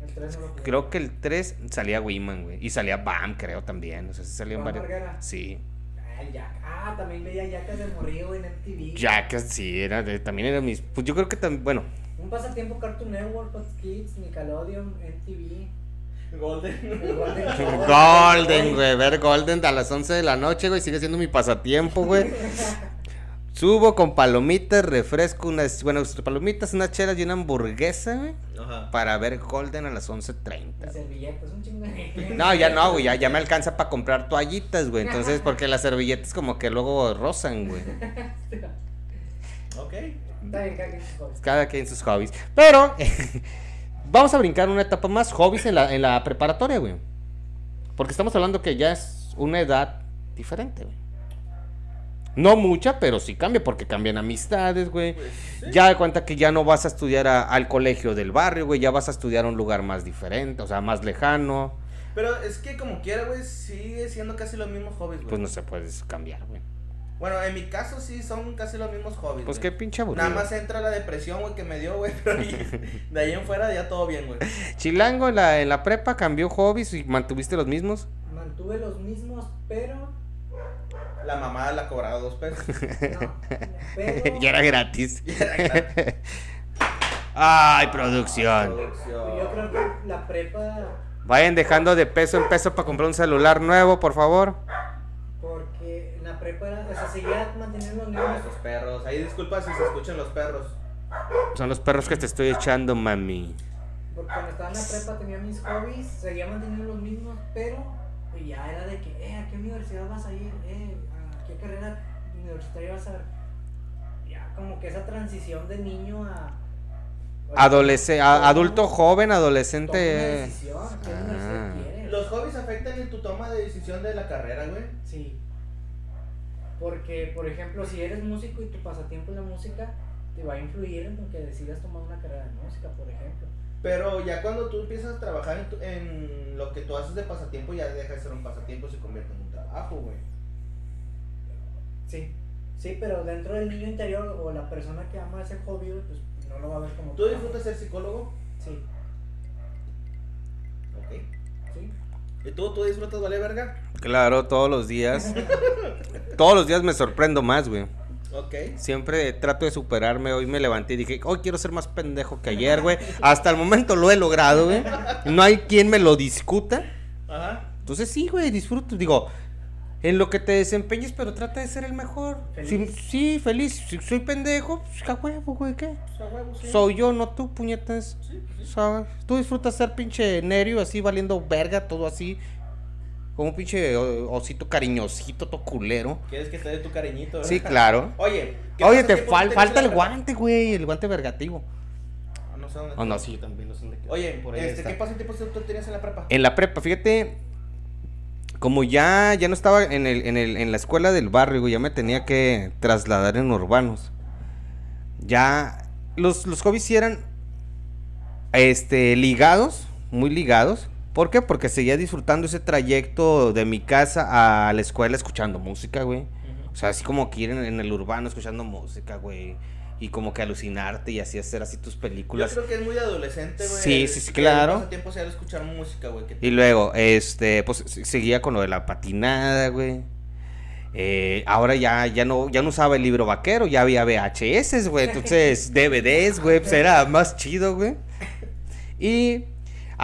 El tres no lo jugué. creo que el 3 salía Wiman, güey. Y salía Bam, creo también. O sea, sí salían Bam varios. Margera. Sí. Ah, el Jack. Ah, también veía Jackass de morrillo güey, en MTV. Jackass, sí, era, de- también era mis. Pues yo creo que también. Bueno, Un pasatiempo Cartoon Network, Fox Kids, Nickelodeon, MTV. Golden. [laughs] el Golden Shower, Golden, güey. Ver Golden a las 11 de la noche, güey. Sigue siendo mi pasatiempo, güey. Subo con palomitas, refresco, unas. Bueno, palomitas, unas chelas y una hamburguesa, güey. Ajá. Para ver Golden a las 11.30. Y servilletas, un chingo de- No, ya no, güey, ya, ya me alcanza para comprar toallitas, güey. Entonces, porque las servilletas como que luego rozan, güey. Ok. Está bien, cague, joder. Cada quien sus hobbies. Pero, [laughs] vamos a brincar una etapa más, hobbies en la, en la preparatoria, güey. Porque estamos hablando que ya es una edad diferente, güey. No mucha, pero sí cambia, porque cambian amistades, güey. Pues, sí. Ya de cuenta que ya no vas a estudiar a- al colegio del barrio, güey. Ya vas a estudiar a un lugar más diferente, o sea, más lejano. Pero es que como quiera, güey, sigue siendo casi los mismos hobbies, güey. Pues no se puede cambiar, güey. Bueno, en mi caso sí son casi los mismos hobbies. Pues güey. qué pinche aburrido. Nada más entra la depresión, güey, que me dio, güey, pero ahí- de ahí en fuera ya todo bien, güey. Chilango en la, en la prepa cambió hobbies y mantuviste los mismos. [laughs] Mantuve los mismos, pero. La mamada la cobraba dos pesos. [laughs] [laughs] No, pero. ya era gratis. Y [laughs] era gratis. Ay, producción. Producción. Yo creo que la prepa, Vayan dejando de peso en peso para comprar un celular nuevo, por favor. porque en la prepa era, o sea, seguía manteniendo los Ah, mismos. esos perros. Ahí disculpa si se escuchan los perros. Son los perros que te estoy echando, mami. Porque cuando estaba en la prepa tenía mis hobbies, seguía manteniendo los mismos, pero pues, ya era de que, eh, ¿a qué universidad vas a ir? Eh, ¿a qué carrera universitaria vas a Ya como que esa transición de niño a. Adolescente, adulto joven, Toma una adolescente. eh. decisión, ¿qué universidad Ah. quieres? Los hobbies afectan en tu toma de decisión de la carrera, güey. Sí. Porque, por ejemplo, si eres músico y tu pasatiempo es la música, te va a influir en que decidas tomar una carrera de música, por ejemplo. Pero ya cuando tú empiezas a trabajar en, tu- en lo que tú haces de pasatiempo, ya deja de ser un pasatiempo y se convierte en un trabajo, güey. Sí. Sí, pero dentro del niño interior o la persona que ama ese hobby, güey, pues no lo va a ver como. ¿Tú disfrutas ser psicólogo? Sí, Ok. sí. ¿Y tú, tú disfrutas, vale, verga? Claro, todos los días. Todos los días me sorprendo más, güey. Ok. Siempre trato de superarme. Hoy me levanté y dije, hoy quiero ser más pendejo que ayer, güey. Hasta el momento lo he logrado, güey. No hay quien me lo discuta. Ajá. Entonces sí, güey, disfruto. Digo, en lo que te desempeñes, pero trata de ser el mejor. Feliz. Si- sí, feliz. Si soy pendejo, pues a huevo, güey, ¿qué? O sea, Pues huevo, sí. Soy yo, no tú, puñetas. Sí, sí. ¿Sabes? Tú disfrutas ser pinche nerio, así valiendo verga, todo así. Como un pinche o- osito cariñosito, todo culero. ¿Quieres que te dé tu cariñito, ¿verdad? [laughs] [laughs] Sí, claro. Oye. ¿qué Oye, pasa te que fal- ponte falta la el cara? guante, güey, el guante vergativo. Ah, No sé dónde. Oh, no, sí, yo también lo sé dónde queda. Oye, Por ahí este, está. ¿qué pasatiempo tú tenías en la prepa? En la prepa, fíjate, como ya, ya no estaba en, el, en, el, en la escuela del barrio, güey, ya me tenía que trasladar en urbanos. Ya, los, los hobbies sí eran este, ligados, muy ligados. ¿Por qué? Porque seguía disfrutando ese trayecto de mi casa a la escuela escuchando música, güey. O sea, así como que ir en, en el urbano escuchando música, güey. Y como que alucinarte y así hacer así tus Yo películas. creo que es muy de adolescente, güey. Sí, sí, sí, que claro. El pasatiempo sea el escuchar música, güey. que- Y luego, este, pues se- seguía con lo de la patinada, güey. Eh, ahora ya, ya no, ya no usaba el libro vaquero, ya había VHS, güey. Entonces, DVDs, güey, pues era más chido, güey. Y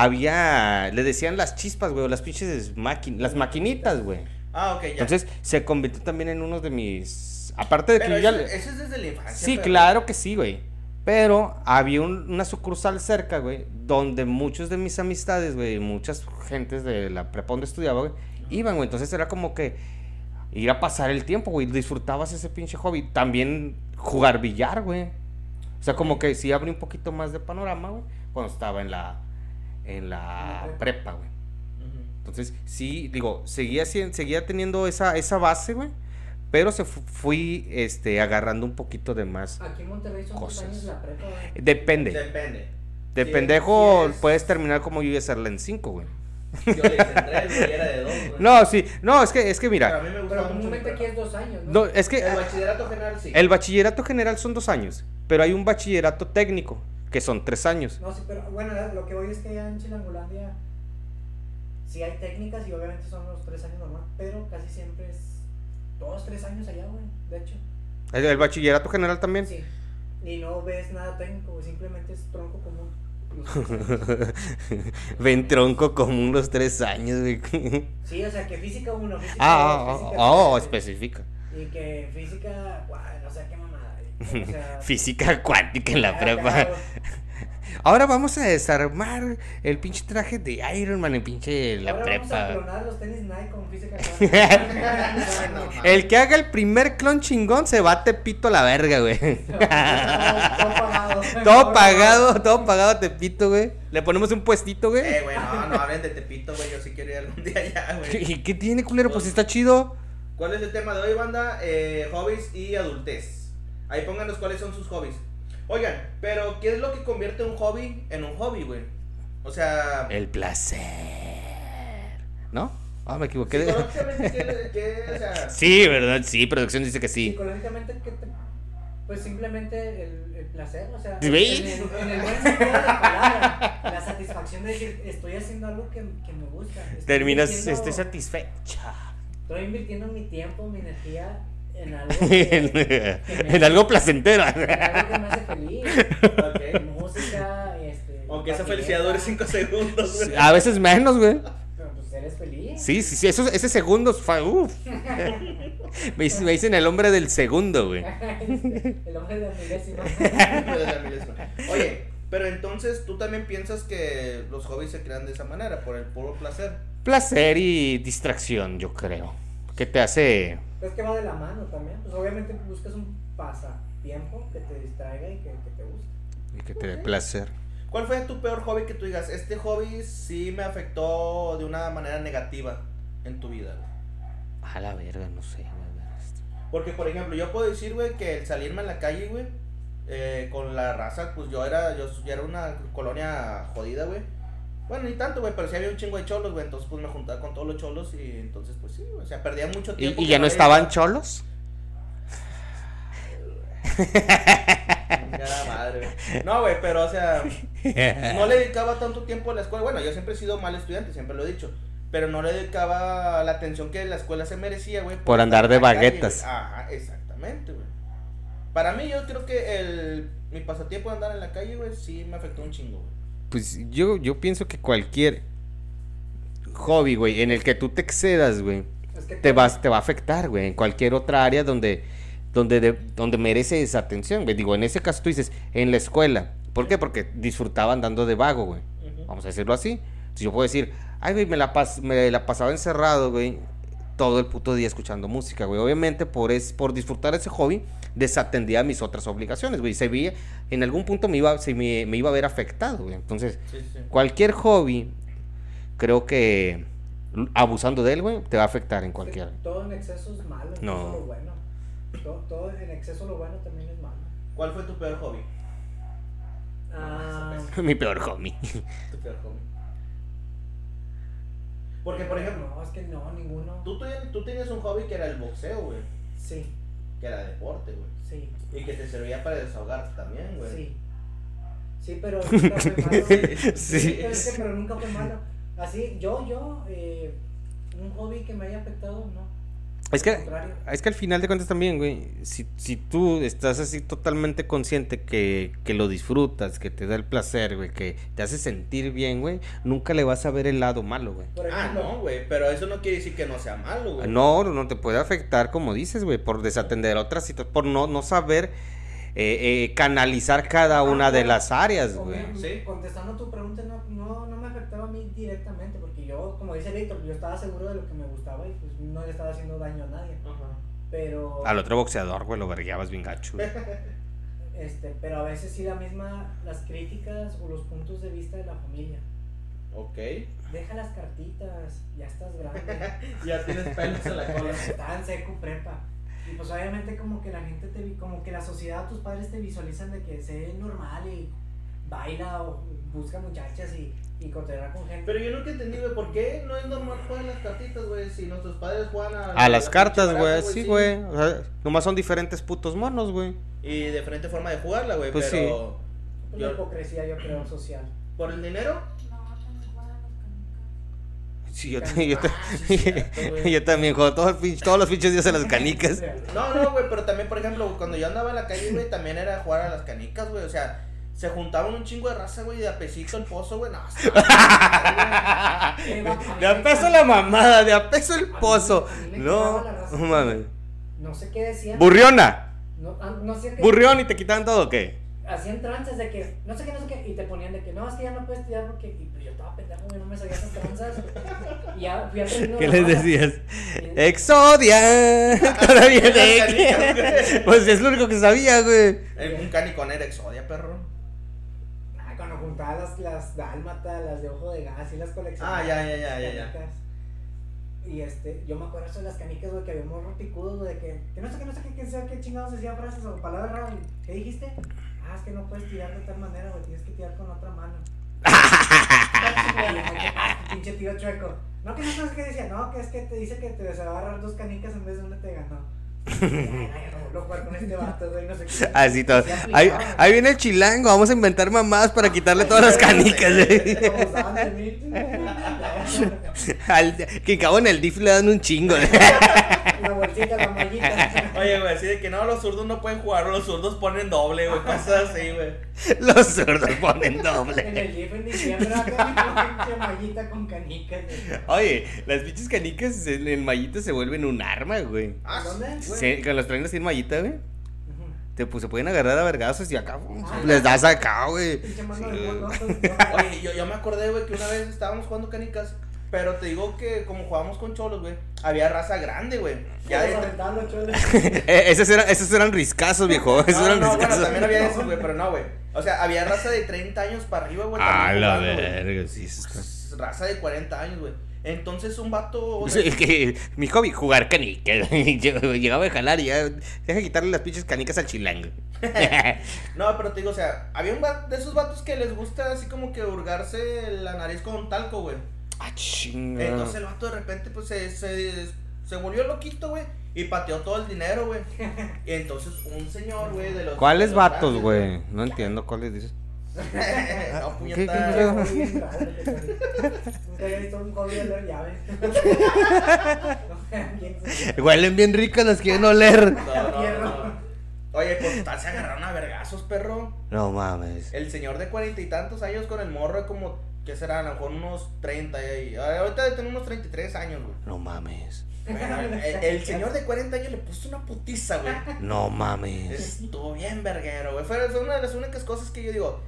había, le decían las chispas, güey, o las pinches máquinas, las maquinitas, güey. Ah, ok, ya. Entonces, se convirtió también en uno de mis, aparte de que Pero yo ya... eso, le- eso es desde la infancia. Sí, pero- claro que sí, güey. Pero había un- una sucursal cerca, güey, donde muchos de mis amistades, güey, muchas gentes de la prepa donde estudiaba, güey, iban, güey. Entonces era como que ir a pasar el tiempo, güey. Disfrutabas ese pinche hobby. También jugar billar, güey. O sea, como que sí abrí un poquito más de panorama, güey, cuando estaba en la, en la En la prepa, güey. Ujú. Entonces, sí, digo, seguía, sien- seguía teniendo esa, esa base, güey. Pero se fu- fui este, agarrando un poquito de más. Aquí en Monterrey son dos Cosas. Eh, años la prepa, güey. Depende. Depende. De Sí, pendejo sí es. puedes terminar como yo y hacerla en 5, güey. Yo le hice tres, güey, era de dos, güey. No, sí. No, es que, es que Pero a mira. mí me Pero gustaba mucho. mi comúnmente aquí prepa. es dos años, ¿no? no, es que El ah, bachillerato general [laughs] sí. el bachillerato general son dos años. Pero hay un bachillerato técnico, que son tres años. No, sí, pero bueno, lo que voy es que allá en Chilangolandia sí hay técnicas y obviamente son los tres años normal, pero casi siempre es todos tres años allá, güey, de hecho. El, el bachillerato general también. Sí. Y no ves nada técnico, güey, simplemente es tronco común. [laughs] [laughs] Ven tronco común los tres años, güey. Sí, o sea, que física uno, física Ah, dos, ah, ah, física oh, tres, especifica. Y que física, guau, no sé qué mamada. güey, O sea, [laughs] Física cuántica en la [laughs] ah, prepa. cagado. Ahora vamos a desarmar el pinche traje de Iron Man en pinche la Ahora Vamos a prepa. clonar los tenis Nike con física. [laughs] cuántica. No, mames. Ah. El que haga el primer clon chingón se va a Tepito a la verga, güey. Todo pagado. Todo pagado, todo pagado a Tepito, güey. Le ponemos un puestito, Eh, güey. güey, no, no hablen de Tepito, güey. Yo sí quiero ir algún [laughs] día allá, güey. ¿Y qué tiene, culero? Pues está chido. ¿Cuál es el tema de hoy, banda? Eh, hobbies y adultez. Ahí pónganos cuáles son sus hobbies. Oigan, pero ¿qué es Eh, lo que convierte un hobby en un hobby, güey? O sea, El placer. ¿No? Ah, me equivoqué. de- Psicológicamente, ¿qué- qué, o sea, [laughs] Sí, ¿verdad? Sí, producción dice que sí. Psicológicamente, ¿qué te- Pues simplemente el, el placer, o sea, ¿Sí? en el, en el buen sentido de la palabra, la satisfacción de decir, estoy haciendo algo que, que me gusta. estoy Terminas, invirtiendo- estoy satisfecha. Estoy invirtiendo mi tiempo, mi energía [laughs] en algo en, que, en algo placentero. en algo que me hace feliz. ok. Música, este. Aunque esa patineta, felicidad dure 5 segundos, güey. A veces menos, güey. Pero pues eres feliz. Sí, sí, sí. Esos, ese segundo. fa- uf. Me, dicen, me dicen el hombre del segundo, güey. [laughs] el hombre de la milésima. Pero de la milésima. Oye, pero entonces tú también piensas que los hobbies se crean de esa manera, por el puro placer. Placer y distracción, yo creo. Que te hace. Es Pues, que va de la mano también. Pues obviamente buscas un pasatiempo que te distraiga y que, que te guste. Que te dé placer. ¿Cuál fue tu peor hobby que tú digas? Este hobby sí me afectó de una manera negativa en tu vida, güey"? A la verga, no sé, güey. Porque, por ejemplo, yo puedo decir, güey, que el salirme a la calle, güey, eh, con la raza, pues yo era, yo, yo era una colonia jodida, güey. Bueno, ni tanto, güey, pero sí había un chingo de cholos, güey. Entonces, pues me juntaba con todos los cholos y entonces, pues sí, güey, o sea, perdía mucho tiempo. ¿Y, y que ya no había- estaban cholos? Chingada madre, güey. No, güey, pero, o sea, no le dedicaba tanto tiempo a la escuela. Bueno, yo siempre he sido mal estudiante, siempre lo he dicho. Pero no le dedicaba la atención que la escuela se merecía, güey. Por andar de estar en la calle, baguetas. güey. Ajá, exactamente, güey. Para mí, yo creo que el, mi pasatiempo de andar en la calle, güey, sí me afectó un chingo, güey. Pues yo, yo pienso que cualquier hobby, güey, en el que tú te excedas, güey, Es que te, vas, te va a afectar, güey, en cualquier otra área donde, donde, de- donde mereces atención, güey. Digo, en ese caso tú dices, en la escuela. ¿Por qué? Porque disfrutaba andando de vago, güey. Ujú. Vamos a decirlo así. Entonces, yo puedo decir, ay, güey, me la, pas- me la pasaba encerrado, güey, todo el puto día escuchando música, güey. Obviamente, por, es, por disfrutar ese hobby, desatendía mis otras obligaciones, güey. Se veía, en algún punto me iba, se me, me iba a ver afectado, güey. Entonces, Sí, sí, sí. cualquier hobby, creo que l- abusando de él, güey, te va a afectar en Es que cualquier. Todo en exceso es malo, No. incluso lo bueno. Todo, todo en exceso lo bueno también es malo. ¿Cuál fue tu peor hobby? Ah, [laughs] Mi peor hobby. Tu peor hobby. Porque, por ejemplo, No, es que no, ninguno. tú, ten- tú tenías un hobby que era el boxeo, güey. Sí, Que era deporte, güey. sí, Y que te servía para desahogarte también, güey. sí. Sí, pero nunca [laughs] fue malo. Ah, [laughs] Sí. pero, es que- pero nunca fue malo. Así, yo, yo, eh, un hobby que me haya afectado, no. Es Al que contrario. Es que al final de cuentas también, güey, si, si tú estás así totalmente consciente que, que lo disfrutas, que te da el placer, güey, que te hace sentir bien, güey, nunca le vas a ver el lado malo, güey. Por Ah, ejemplo, no, güey, pero eso no quiere decir que no sea malo, güey. No, no te puede afectar, como dices, güey, por desatender otras situaciones, por no, no saber eh, eh, canalizar cada una de las áreas, o Pues, güey. bien, Sí. Contestando tu pregunta, no, no, no me afectaba a mí directamente, porque yo, como dice Víctor, yo estaba seguro de lo que me gustaba y pues no le estaba haciendo daño a nadie. Ajá. Pero, Al otro boxeador, güey, lo vergueabas bien gacho, güey. este, pero a veces sí la misma, las críticas o los puntos de vista de la familia. Ok. Deja las cartitas, ya estás grande. Ya tienes pelos en la cola. Estaba en seco prepa. Y pues obviamente como que la gente te vi- como que la sociedad, tus padres te visualizan de que se ve normal y baila o busca muchachas y, y encontrará con gente. Pero yo nunca entendí, güey, ¿por qué no es normal jugar a las cartitas, güey? Si nuestros padres juegan a, A las la cartas, pinche güey, brasa, sí, güey. O sea, nomás son diferentes putos monos, güey. Y de diferente forma de jugarla, güey, Pues pero Pues la yo- hipocresía [clears throat] yo creo social. por el dinero. Sí, yo, te- yo te- Ah, sí, es cierto, güey. [laughs] Yo también juego todo el pinche- todos los pinches días a las canicas. [laughs] No, no, güey, pero también, por ejemplo, cuando yo andaba en la calle, güey, también era jugar a las canicas, güey. O sea, se juntaban un chingo de raza, güey, y de apesito el pozo, güey. [laughs] No, [laughs] hasta- Eh, De a peso la mamada, de a peso el pozo. A mí me No, quitaba la raza. no mames. No sé qué decían. Burriona, no, ah, no sé qué. burrión y te quitan todo, ¿o ¿qué? Hacían tranzas de que, no sé qué, no sé qué, y te ponían de que, no, es que ya no puedes tirar porque, y pues yo estaba pendejo, güey, no me sabía esas tranzas. Y ya fui [laughs] aprendiendo. ¿Qué la les Eh, mala. decías? Y- Exodia. Todavía Las canicas, de güey. Pues es lo único que sabía, güey. Eh, Un canicón era exodia, perro. Ah, cuando juntaba las, las dálmata, las de ojo de gas y las coleccionaba. Ah, ya, ya, ya, ya, ya. canicas. Y este, yo me acuerdo eso de las canicas, güey, que había morros picudos, güey, de que, que no sé, que no sé qué, que sea, qué chingados decían frases o palabras raras. [laughs] ¿Qué dijiste? Ah, es que no puedes tirar de tal manera, güey, tienes que tirar con otra mano. [laughs] pinche tío chueco. No, que no sabes qué decía. No, que es que te dice que te se va a agarrar dos canicas en vez de una te [laughs] ganó. Ay, ay, no, lo jugar con este vato, güey, no sé qué. Así todo. Sí aplicaba, Ahí, güey. ahí viene el chilango, vamos a inventar mamadas para quitarle todas las canicas. güey. [laughs] Como usaban de mí. Al- que cabo en el DIF le dan un chingo. [laughs] güey. La bolsita, la mallita. Oye, güey, así de que no, los zurdos no pueden jugar, los zurdos ponen doble, güey, cosas así, güey. Los zurdos ponen En doble. el GIF en diciembre, acá pinche mallita con canicas. güey. Oye, las pinches canicas en el mallito se vuelven un arma, güey. Ah, ¿Dónde? güey? Se- con las traen sin mallita, güey. Ujú. Te, pues, se pueden agarrar a vergazos y Ah, acá pum, les das acá, güey. Pinche mano Sí, [laughs] de güey. [laughs] monos. Oye, yo, yo me acordé, güey, que una vez estábamos jugando canicas, pero te digo que como jugábamos con cholos, güey, había raza grande, güey. Ya de- los aventaban los cholos. [laughs] Eh, esos, eran, esos eran riscazos, viejo. Esos No, eran no, bueno, riscazos. también había eso, güey, pero no, güey. O sea, había raza de 30 años para arriba, güey. Ah, también la jugando, güey. Pues, verga, sí. eso está- Raza de 40 años, güey. Entonces un vato. o sea, [laughs] Sí, que mi hobby, jugar canicas. [laughs] Yo Llegaba a jalar y ya. Deja quitarle las pinches canicas [laughs] al chilango. No, pero te digo, o sea, había un vato de esos vatos que les gusta así como que hurgarse la nariz con talco, güey. ah, chinga. Eh, Entonces el vato de repente, pues se, se, se volvió loquito, güey. Y pateó todo el dinero, [laughs] güey. Y entonces un señor, güey, de los. de ¿Cuáles los vatos, grandes, güey? No entiendo cuáles dices. [laughs] no, ¿Qué- qué- puñeta. qué- Nunca había visto un hobby de leer llaves. [laughs] Huelen bien ricas las quieren oler. No, no, no. Oye, pues tal, se agarraron a vergazos, perro. No mames. El señor de cuarenta y tantos años con el morro, como, ¿qué será? A lo mejor unos 30 y ahí. Ah, Ahorita tengo unos 33 años, [laughs] güey. No mames. Bueno, el, el señor de 40 años le puso una putiza, güey. No mames. Estuvo bien verguero, güey. Fue, fue una de las únicas cosas que yo digo,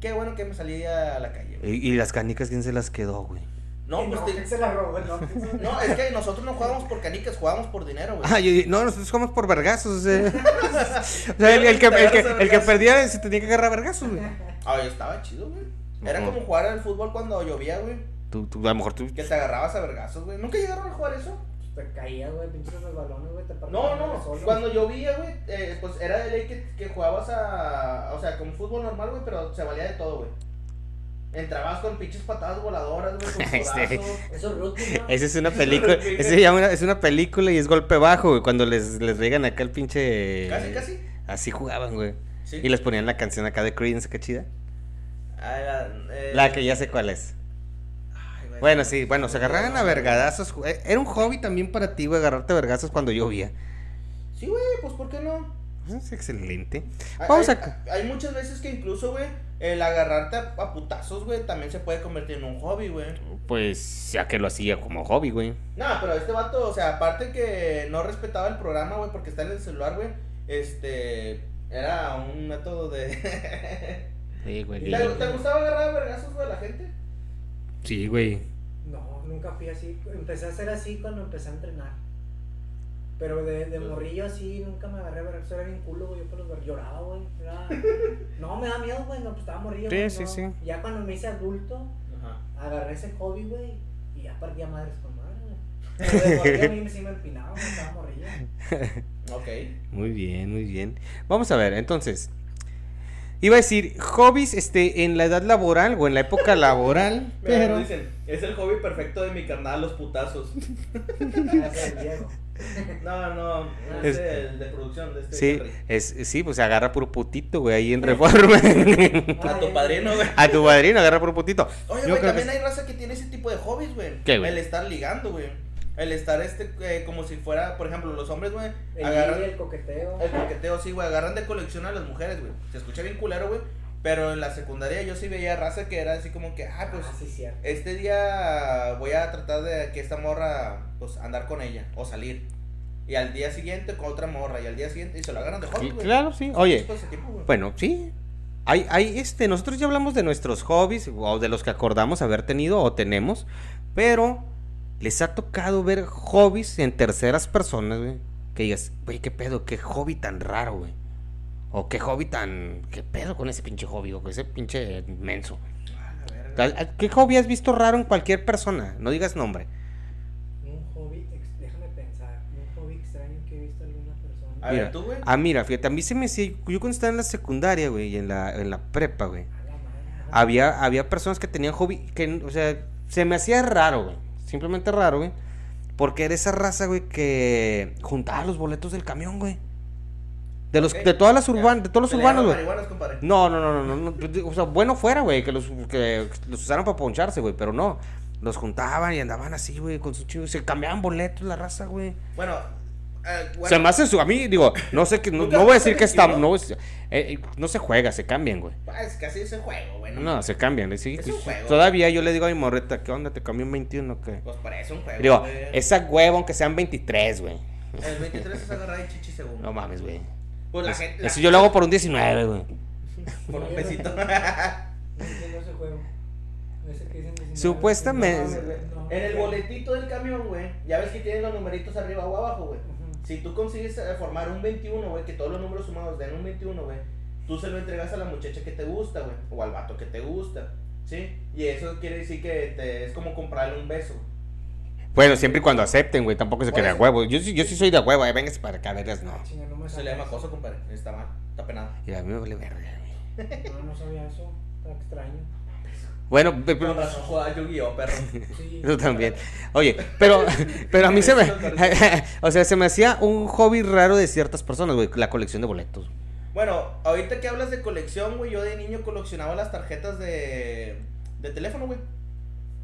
qué bueno que me salí a la calle. güey. ¿Y, y las canicas quién se las quedó, güey? No, pues ¿quién te- se la robó, no. ¿quién se- pues, no, es que nosotros no jugábamos por canicas, jugábamos por dinero, güey. Ah, yo- yo- no, nosotros somos por vergazos. [laughs] eh. O sea, el, el que, el que- el que perdía se tenía que agarrar a vergazos, güey. Ah, yo estaba chido, güey. Era Ujú. como jugar al fútbol cuando llovía, güey. Tú, tú, a lo mejor tú. Que te agarrabas a vergazos, güey. ¿Nunca llegaron a jugar eso? Te caías, güey, pinches los balones, güey, te No, partían no, solo. cuando llovía, güey, eh, pues era de ley que, que jugabas a. O sea, con fútbol normal, güey, pero se valía de todo, güey. Entrabas con pinches patadas voladoras, güey, [laughs] con Este. codazos. Eso es rugby, ¿no? Esa es una película. esa se llama una- es una película y es golpe bajo, güey. Cuando les, les regan acá el pinche. Casi, casi. Así jugaban, güey. Sí. Y les ponían la canción acá de Creedence, qué chida. Ah, la, eh, La que ya sé cuál es. ay, güey. Bueno, sí, bueno, se agarraban a vergadazos. ju- eh, Era un hobby también para ti, güey, agarrarte a vergazos cuando llovía. Sí, güey, pues ¿por qué no? Es excelente. Hay- Vamos hay, acá. Hay muchas veces que incluso, güey, el agarrarte a, a putazos, güey, también se puede convertir en un hobby, güey. Pues ya que lo hacía como hobby, güey. No, pero este vato, o sea, aparte que no respetaba el programa, güey, porque está en el celular, güey, este, era un método [laughs] de... Sí, ¿Te, güey. te gustaba agarrar a vergazos, güey, a la gente? Sí, güey. No, nunca fui así. Empecé a ser así cuando empecé a entrenar. Pero de, de morrillo así nunca me agarré a ver. Eso era bien culo, güey. Yo por los ver- lloraba, güey. Era- [laughs] No, me da miedo, güey. No, pues estaba morrillo. Sí, güey, sí, no. sí. Ya cuando me hice adulto, Ajá. agarré ese hobby, güey. Y ya partía madres con madre, güey. Pero de morrillo a mí sí me empinaba, güey. Estaba morrillo. Ok. Muy bien, muy bien. Vamos a ver, entonces. Iba a decir hobbies este, en la edad laboral o en la época [laughs] laboral, Mira, pero... nos dicen, es el hobby perfecto de mi carnal, los [laughs] putazos. [laughs] Gracias, Diego. No, no, no es Este. el de producción de este. Sí, Henry. es, sí, pues agarra puro putito, güey, ahí en reforma. [laughs] A tu padrino, güey. a tu padrino agarra puro putito. Oye, Yo güey, creo que también hay raza que tiene ese tipo de hobbies, güey. ¿Qué, güey? El estar ligando, güey. El estar, este, eh, como si fuera, por ejemplo, los hombres, güey, El, agarran... ligue, el coqueteo. El coqueteo, sí, güey. Agarran de colección a las mujeres, güey. Se escucha bien culero, güey. Pero en la secundaria yo sí veía raza que era así como que, ah, pues Ah, sí, cierto. este día voy a tratar de que esta morra, pues andar con ella o salir. Y al día siguiente con otra morra. Y al día siguiente, y se lo agarran de hobby, Sí, güey. Claro, sí. Oye, Después de tiempo, güey. bueno, sí. Hay, hay, este, nosotros ya hablamos de nuestros hobbies o de los que acordamos haber tenido o tenemos, pero les ha tocado ver hobbies en terceras personas, güey. Que digas, güey, qué pedo, qué hobby tan raro, güey. O qué hobby tan. ¿Qué pedo con ese pinche hobby o con ese pinche menso? Ah, la verga. Tal- a- ¿Qué hobby has visto raro en cualquier persona? No digas nombre. Un hobby, ex- déjame pensar. Un hobby extraño que he visto en alguna persona. A mira. ver, tú, güey. Ah, mira, fíjate, a mí se me hacía. Yo cuando estaba en la secundaria, güey, y en la, en la prepa, güey. A la madre. Ajá. había, había personas que tenían hobby que, o sea, se me hacía raro, güey. Simplemente raro, güey. Porque era esa raza, güey, que juntaba los boletos del camión, güey. De los, Ok. de todas las Ya. urbanas, de todos los Pelearon urbanos, güey. marihuanas, compadre. No, no, no, no, no, no. O sea, bueno fuera, güey, que los, que los usaron para poncharse, güey, pero no. Los juntaban y andaban así, güey, con sus chingos. Se cambiaban boletos la raza, güey. Bueno, eh, bueno, Se me hace su. A mí, digo, no sé que. No, ¿Nunca no voy a has decir que está. visto? No, es- eh, eh, no se juega, se cambian, güey. ah, es que así es el juego, güey. No, se cambian. sí, Es un sí, juego. todavía yo le digo a mi morreta, ¿qué onda? ¿Te cambió un 21 o qué? Pues para eso un juego. Digo, güey. esa hueva, aunque sean 23, güey. El 23 es agarrar el chichi según. No mames, güey. Pues la Es- gente. Eso yo lo hago por un 19, güey. Por un pesito. No entiendo ese juego. Ese que dicen 19. Supuestamente- No, güey, no. en el boletito del camión, güey. Ya ves que tiene los numeritos arriba o abajo, güey. Ujú. Si tú consigues eh, formar un 21, güey, que todos los números sumados den un 21, güey, tú se lo entregas a la muchacha que te gusta, güey, o al vato que te gusta, ¿sí? Y eso quiere decir que te- es como comprarle un beso. Bueno, siempre y cuando acepten, güey. Tampoco se Por quede a eso. huevo. Yo, sí- yo sí soy de huevo, eh. Véngase para acá, vergas, no. Chinga, no me Se le llama sabía acoso, compadre. Está mal, está penado. Y a mí me vale verga, güey. eso. No, no sabía eso. Está [laughs] extraño. Bueno, pe- Con pero- razón jugaba Yu-Gi-Oh, perro. Sí. Yo también. Oye, pero, [laughs] pero a mí se me. [laughs] o sea, se me hacía un hobby raro de ciertas personas, güey. La colección de boletos. Bueno, ahorita que hablas de colección, güey, yo de niño coleccionaba las tarjetas de, de teléfono, güey.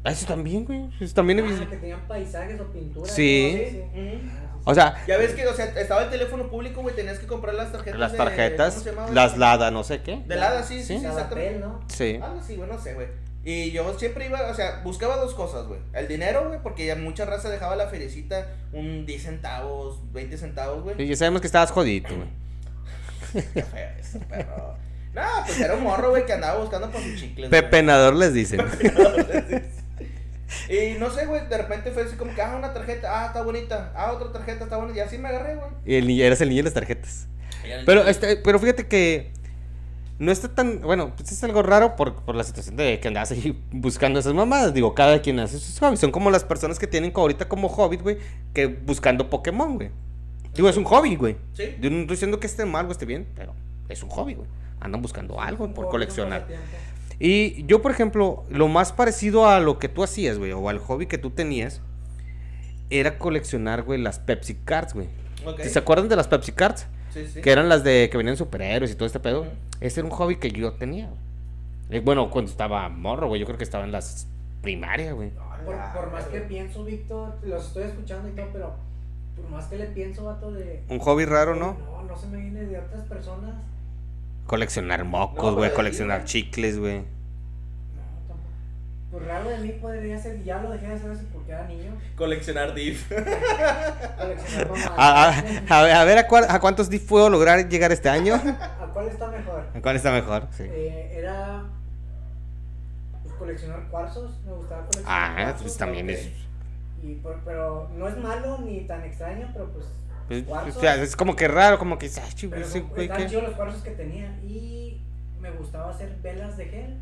Ah, Eso también, güey. Eso también he Ah, visto. que tenían paisajes o pinturas. Sí. ¿no? sí. Ujú. Ah, sí, O sea, Ya ves que, o sea, estaba el teléfono público, güey, tenías que comprar las tarjetas. las de- ¿cómo tarjetas, se llamaba? las lada, no sé qué. De Lada, sí, sí, Sí. sí, sí. exactamente. Tabapel, ¿no? Sí. Algo así, güey, Ah, no sé, güey. Y yo siempre iba, o sea, buscaba dos cosas, güey. El dinero, güey, porque ya mucha raza dejaba la feriecita un 10 centavos, 20 centavos, Y güey. ya sabemos que estabas jodito, güey. Qué feo eso, perro. No, pues era un morro, güey, que andaba buscando por sus chicles. güey. Pepenador les dicen. [laughs] Y no sé, güey, de repente fue así como que, ah, una tarjeta, ah, está bonita, ah, otra tarjeta, está bonita. Y así me agarré, güey. Y el niño, eras el niño de las tarjetas. Pero, este, pero fíjate que no está tan. Bueno, pues es algo raro por, por la situación de que andas ahí buscando esas mamadas. Digo, cada quien hace sus hobbies. Son como las personas que tienen co- ahorita como hobbit, güey, que buscando Pokémon, güey. Digo, es un hobby, güey. Sí. Yo no estoy diciendo que esté mal o esté bien, pero es un hobby, güey. Andan buscando algo por coleccionar. Y yo, por ejemplo, lo más parecido a lo que tú hacías, güey, o al hobby que tú tenías, era coleccionar, güey, las Pepsi Cards, güey. Ok. ¿Se acuerdan de las Pepsi Cards? Sí, sí. Que eran las de que venían superhéroes y todo este pedo. Ujú. Ese era un hobby que yo tenía, güey. Eh, Bueno, cuando estaba morro, güey. Yo creo que estaba en las primarias, güey. Ah, Por, por más que pienso, Víctor, los estoy escuchando y todo, pero por más que le pienso, vato, de. Un hobby raro, ¿no? No, no se me viene de otras personas. Coleccionar No, mocos, pero güey. de coleccionar libro. chicles, güey. No, tampoco. Por raro de mí podría ser, ya lo dejé de hacer eso porque era niño. Coleccionar div. Coleccionar mamadas. Ah, A, Ah, a- a ver, a, ver a, cuál- a cuántos DIF puedo lograr llegar este año. ¿A cuál está mejor? ¿A [laughs] ¿Cuál está mejor? Sí. Eh, era pues, coleccionar cuarzos, me gustaba coleccionar Ah, cuarzos, pues también porque- es. Y por- pero no es malo ni tan extraño, pero pues... pues, Cuarzos. o sea, es como que raro, como que. ay, chico, Pero ese como- güey, estaban ¿qué? chidos los cuarzos que tenía y me gustaba hacer velas de gel.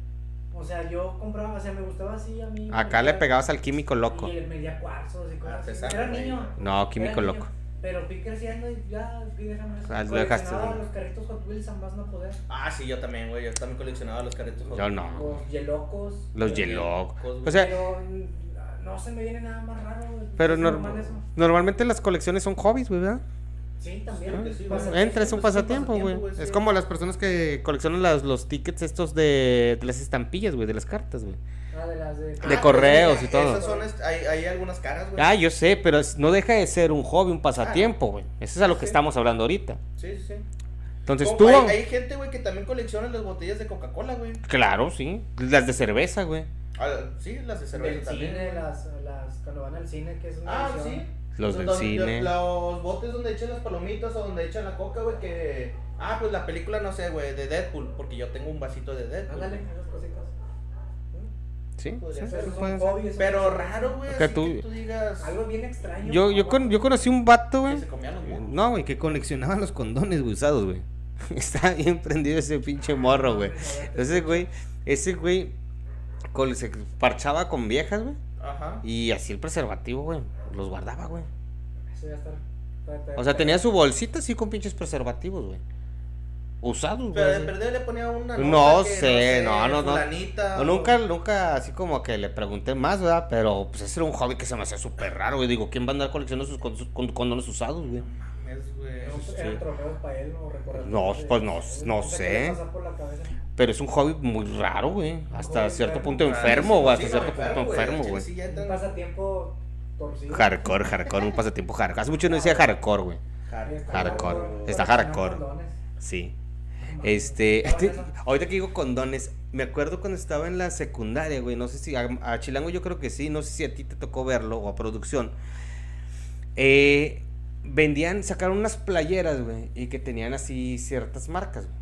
O sea, yo compraba, o sea, me gustaba así a mí. Acá le pegabas al químico loco. Y le medía cuarzos y cosas. así. Artesano, Era güey. niño. No, químico Era niño, loco. Pero fui creciendo y ya fui dejando eso. Ah, lo dejaste, Coleccionaba ¿no? los carritos Hot Wheels a más no poder. Ah, sí, yo también, güey. Yo también coleccionaba los caretos. Yo Pues no. Los yelocos. Los Yo yelocos. también, O sea, Pero mm, no se me viene nada más raro. güey. Pero Es norm- eso. normalmente las colecciones son hobbies, güey, ¿verdad? Sí, Creo también. que sí, güey. Pasatiempo. Entra, es un pues, es un pasatiempo, güey. pasatiempo, güey, Es sí. como las personas que coleccionan las, los tickets estos de, de las estampillas, güey, de las cartas, güey. Pues Ah, de las de... De correos y todo. Esas son, est- hay, hay algunas caras, güey. Ah, yo sé, pero es- no deja de ser un hobby, un pasatiempo, güey. Eso es a lo que Sí. estamos hablando ahorita. Sí, sí, sí. Entonces Como- tú... Hay, hay gente, güey, que también colecciona las botellas de Coca-Cola, güey. Claro, sí. Las de cerveza, güey. Ah, sí, las de cerveza Del también. cine, las, las, cuando van al cine, que es una Ah, sí. edición. Los del Donde- cine. Los botes donde echan las palomitas o donde echan la coca, güey, que... Ah, pues la película, no sé, güey, de Deadpool, porque yo tengo un vasito de Deadpool. Ándale, esas cositas. Sí. Podría sí, ser sí, Esos pueden son ser. hobbies. Pero son- raro, güey, Acá así tú- que tú digas... Algo bien extraño. Yo, yo, con- yo conocí un vato, Que güey. se comían los mocos. No, güey, que coleccionaba los condones, güey, usados, güey. [laughs] Estaba bien prendido ese pinche morro, güey. Ese güey, ese güey col- se parchaba con viejas, güey. Ajá. Y así el preservativo, güey. Los guardaba, güey. Eso ya está. Está- está- O sea, tenía su bolsita así con pinches preservativos, güey. usados, Pero de pues, güey. perder le ponía una. No nota sé, no, no, no. fulanita, No, o- Nunca, nunca así como que le pregunté más, ¿verdad? Pero pues ese era un hobby que se me hacía súper raro, güey. Digo, ¿quién va a andar coleccionando sus con- con- condones usados, güey? Mames, güey. Eran Sí. eran trofeos para él o recordatorios No, de- pues no- de- no de- de- de- sé. de- pasar por la cabeza. Pero es un hobby muy raro, güey. Hasta hobby cierto enfermo. punto Ah, enfermo, güey. Hasta sí, cierto no, punto enfermo, al chile güey. sí ya Un entran- pasatiempo torcido. Hardcore, hardcore, un pasatiempo hardcore. Hace mucho no decía hardcore, güey. Hardcore. hardcore. güey. Está Para hardcore. tener condones. Sí. Este, [laughs] ahorita que digo condones, me acuerdo cuando estaba en la secundaria, güey, no sé si a, a Chilango yo creo que sí, no sé si a ti te tocó verlo o a producción. Eh, vendían, sacaron unas playeras, güey, y que tenían así ciertas marcas, güey.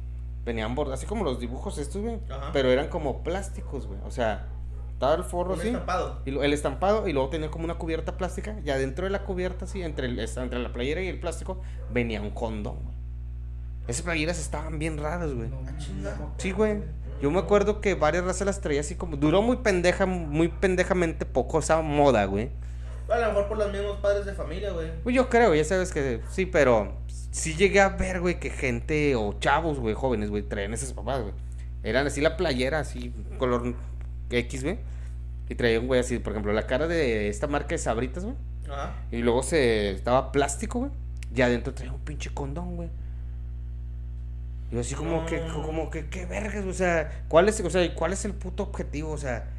Venían bordadas, así como los dibujos estos, güey, Ajá. pero eran como plásticos, güey, o sea, estaba el forro Un así. estampado. Y lo- el estampado y luego tenía como una cubierta plástica y adentro de la cubierta, así, entre, el- esta- entre la playera y el plástico, venía un condón. güey. Esas playeras estaban bien raras, güey. No, Ah, chinga. no, Sí, güey. Yo me acuerdo que varias razas las traía así como... Duró muy pendeja, muy pendejamente poco esa moda, güey. A lo mejor por los mismos padres de familia, güey. Pues yo creo, ya sabes que sí, pero... Sí llegué a ver, güey, que gente o chavos, güey, jóvenes, güey, traían esas papás, güey. Eran así la playera, así, color X, güey. Y traían, güey, así, por ejemplo, la cara de esta marca de Sabritas, güey. Ajá. Y luego se estaba plástico, güey. Y adentro traía un pinche condón, güey. Y yo así como No. que, como que, qué vergas, o sea, ¿cuál es, o sea, cuál es el puto objetivo? O sea,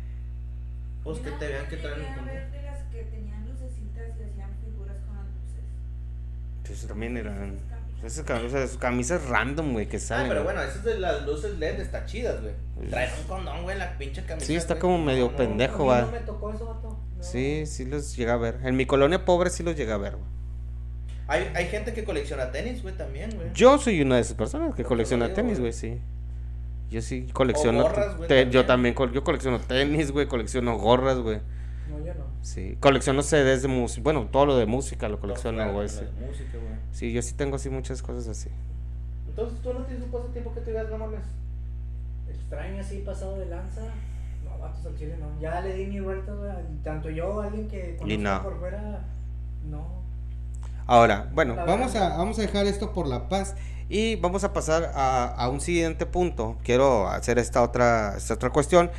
Pues que te vean que traen un Yo condón. ver de las que tenían lucecitas y hacían figuras con las luces. pues también eran pues esas, cam- o sea, esas camisas random, güey, que Ah, salen. pero güey. bueno, esas de las luces LED están chidas, güey. Traen un condón, güey, en la pinche camisa. Sí, está güey. como medio No, pendejo. A va. mí No me tocó eso, vato. No. Sí, sí los llega a ver. En mi colonia pobre sí los llega a ver, güey. Hay, hay gente que colecciona tenis, güey, también, güey. Yo soy una de esas personas que Lo que colecciona digo, tenis, güey. güey, sí. Yo sí colecciono. gorras, güey, te- también. Yo también, col- yo colecciono tenis, güey, colecciono gorras, güey. No, yo no. Sí, colecciono CDs de música. Bueno, todo lo de música lo colecciono, Claro, güey. la Sí. de música, güey. Sí, yo sí tengo así muchas cosas así. Entonces tú no tienes un pasatiempo que te digas, no mames. Extraño así, pasado de lanza. No, vatos al chile no. Ya le di mi vuelta, güey. Tanto yo, alguien que conozco no. por fuera. No. Ahora, bueno, La vamos verdad. a, vamos a dejar esto por la paz y vamos a pasar a, a un siguiente punto. Quiero hacer esta otra, esta otra cuestión.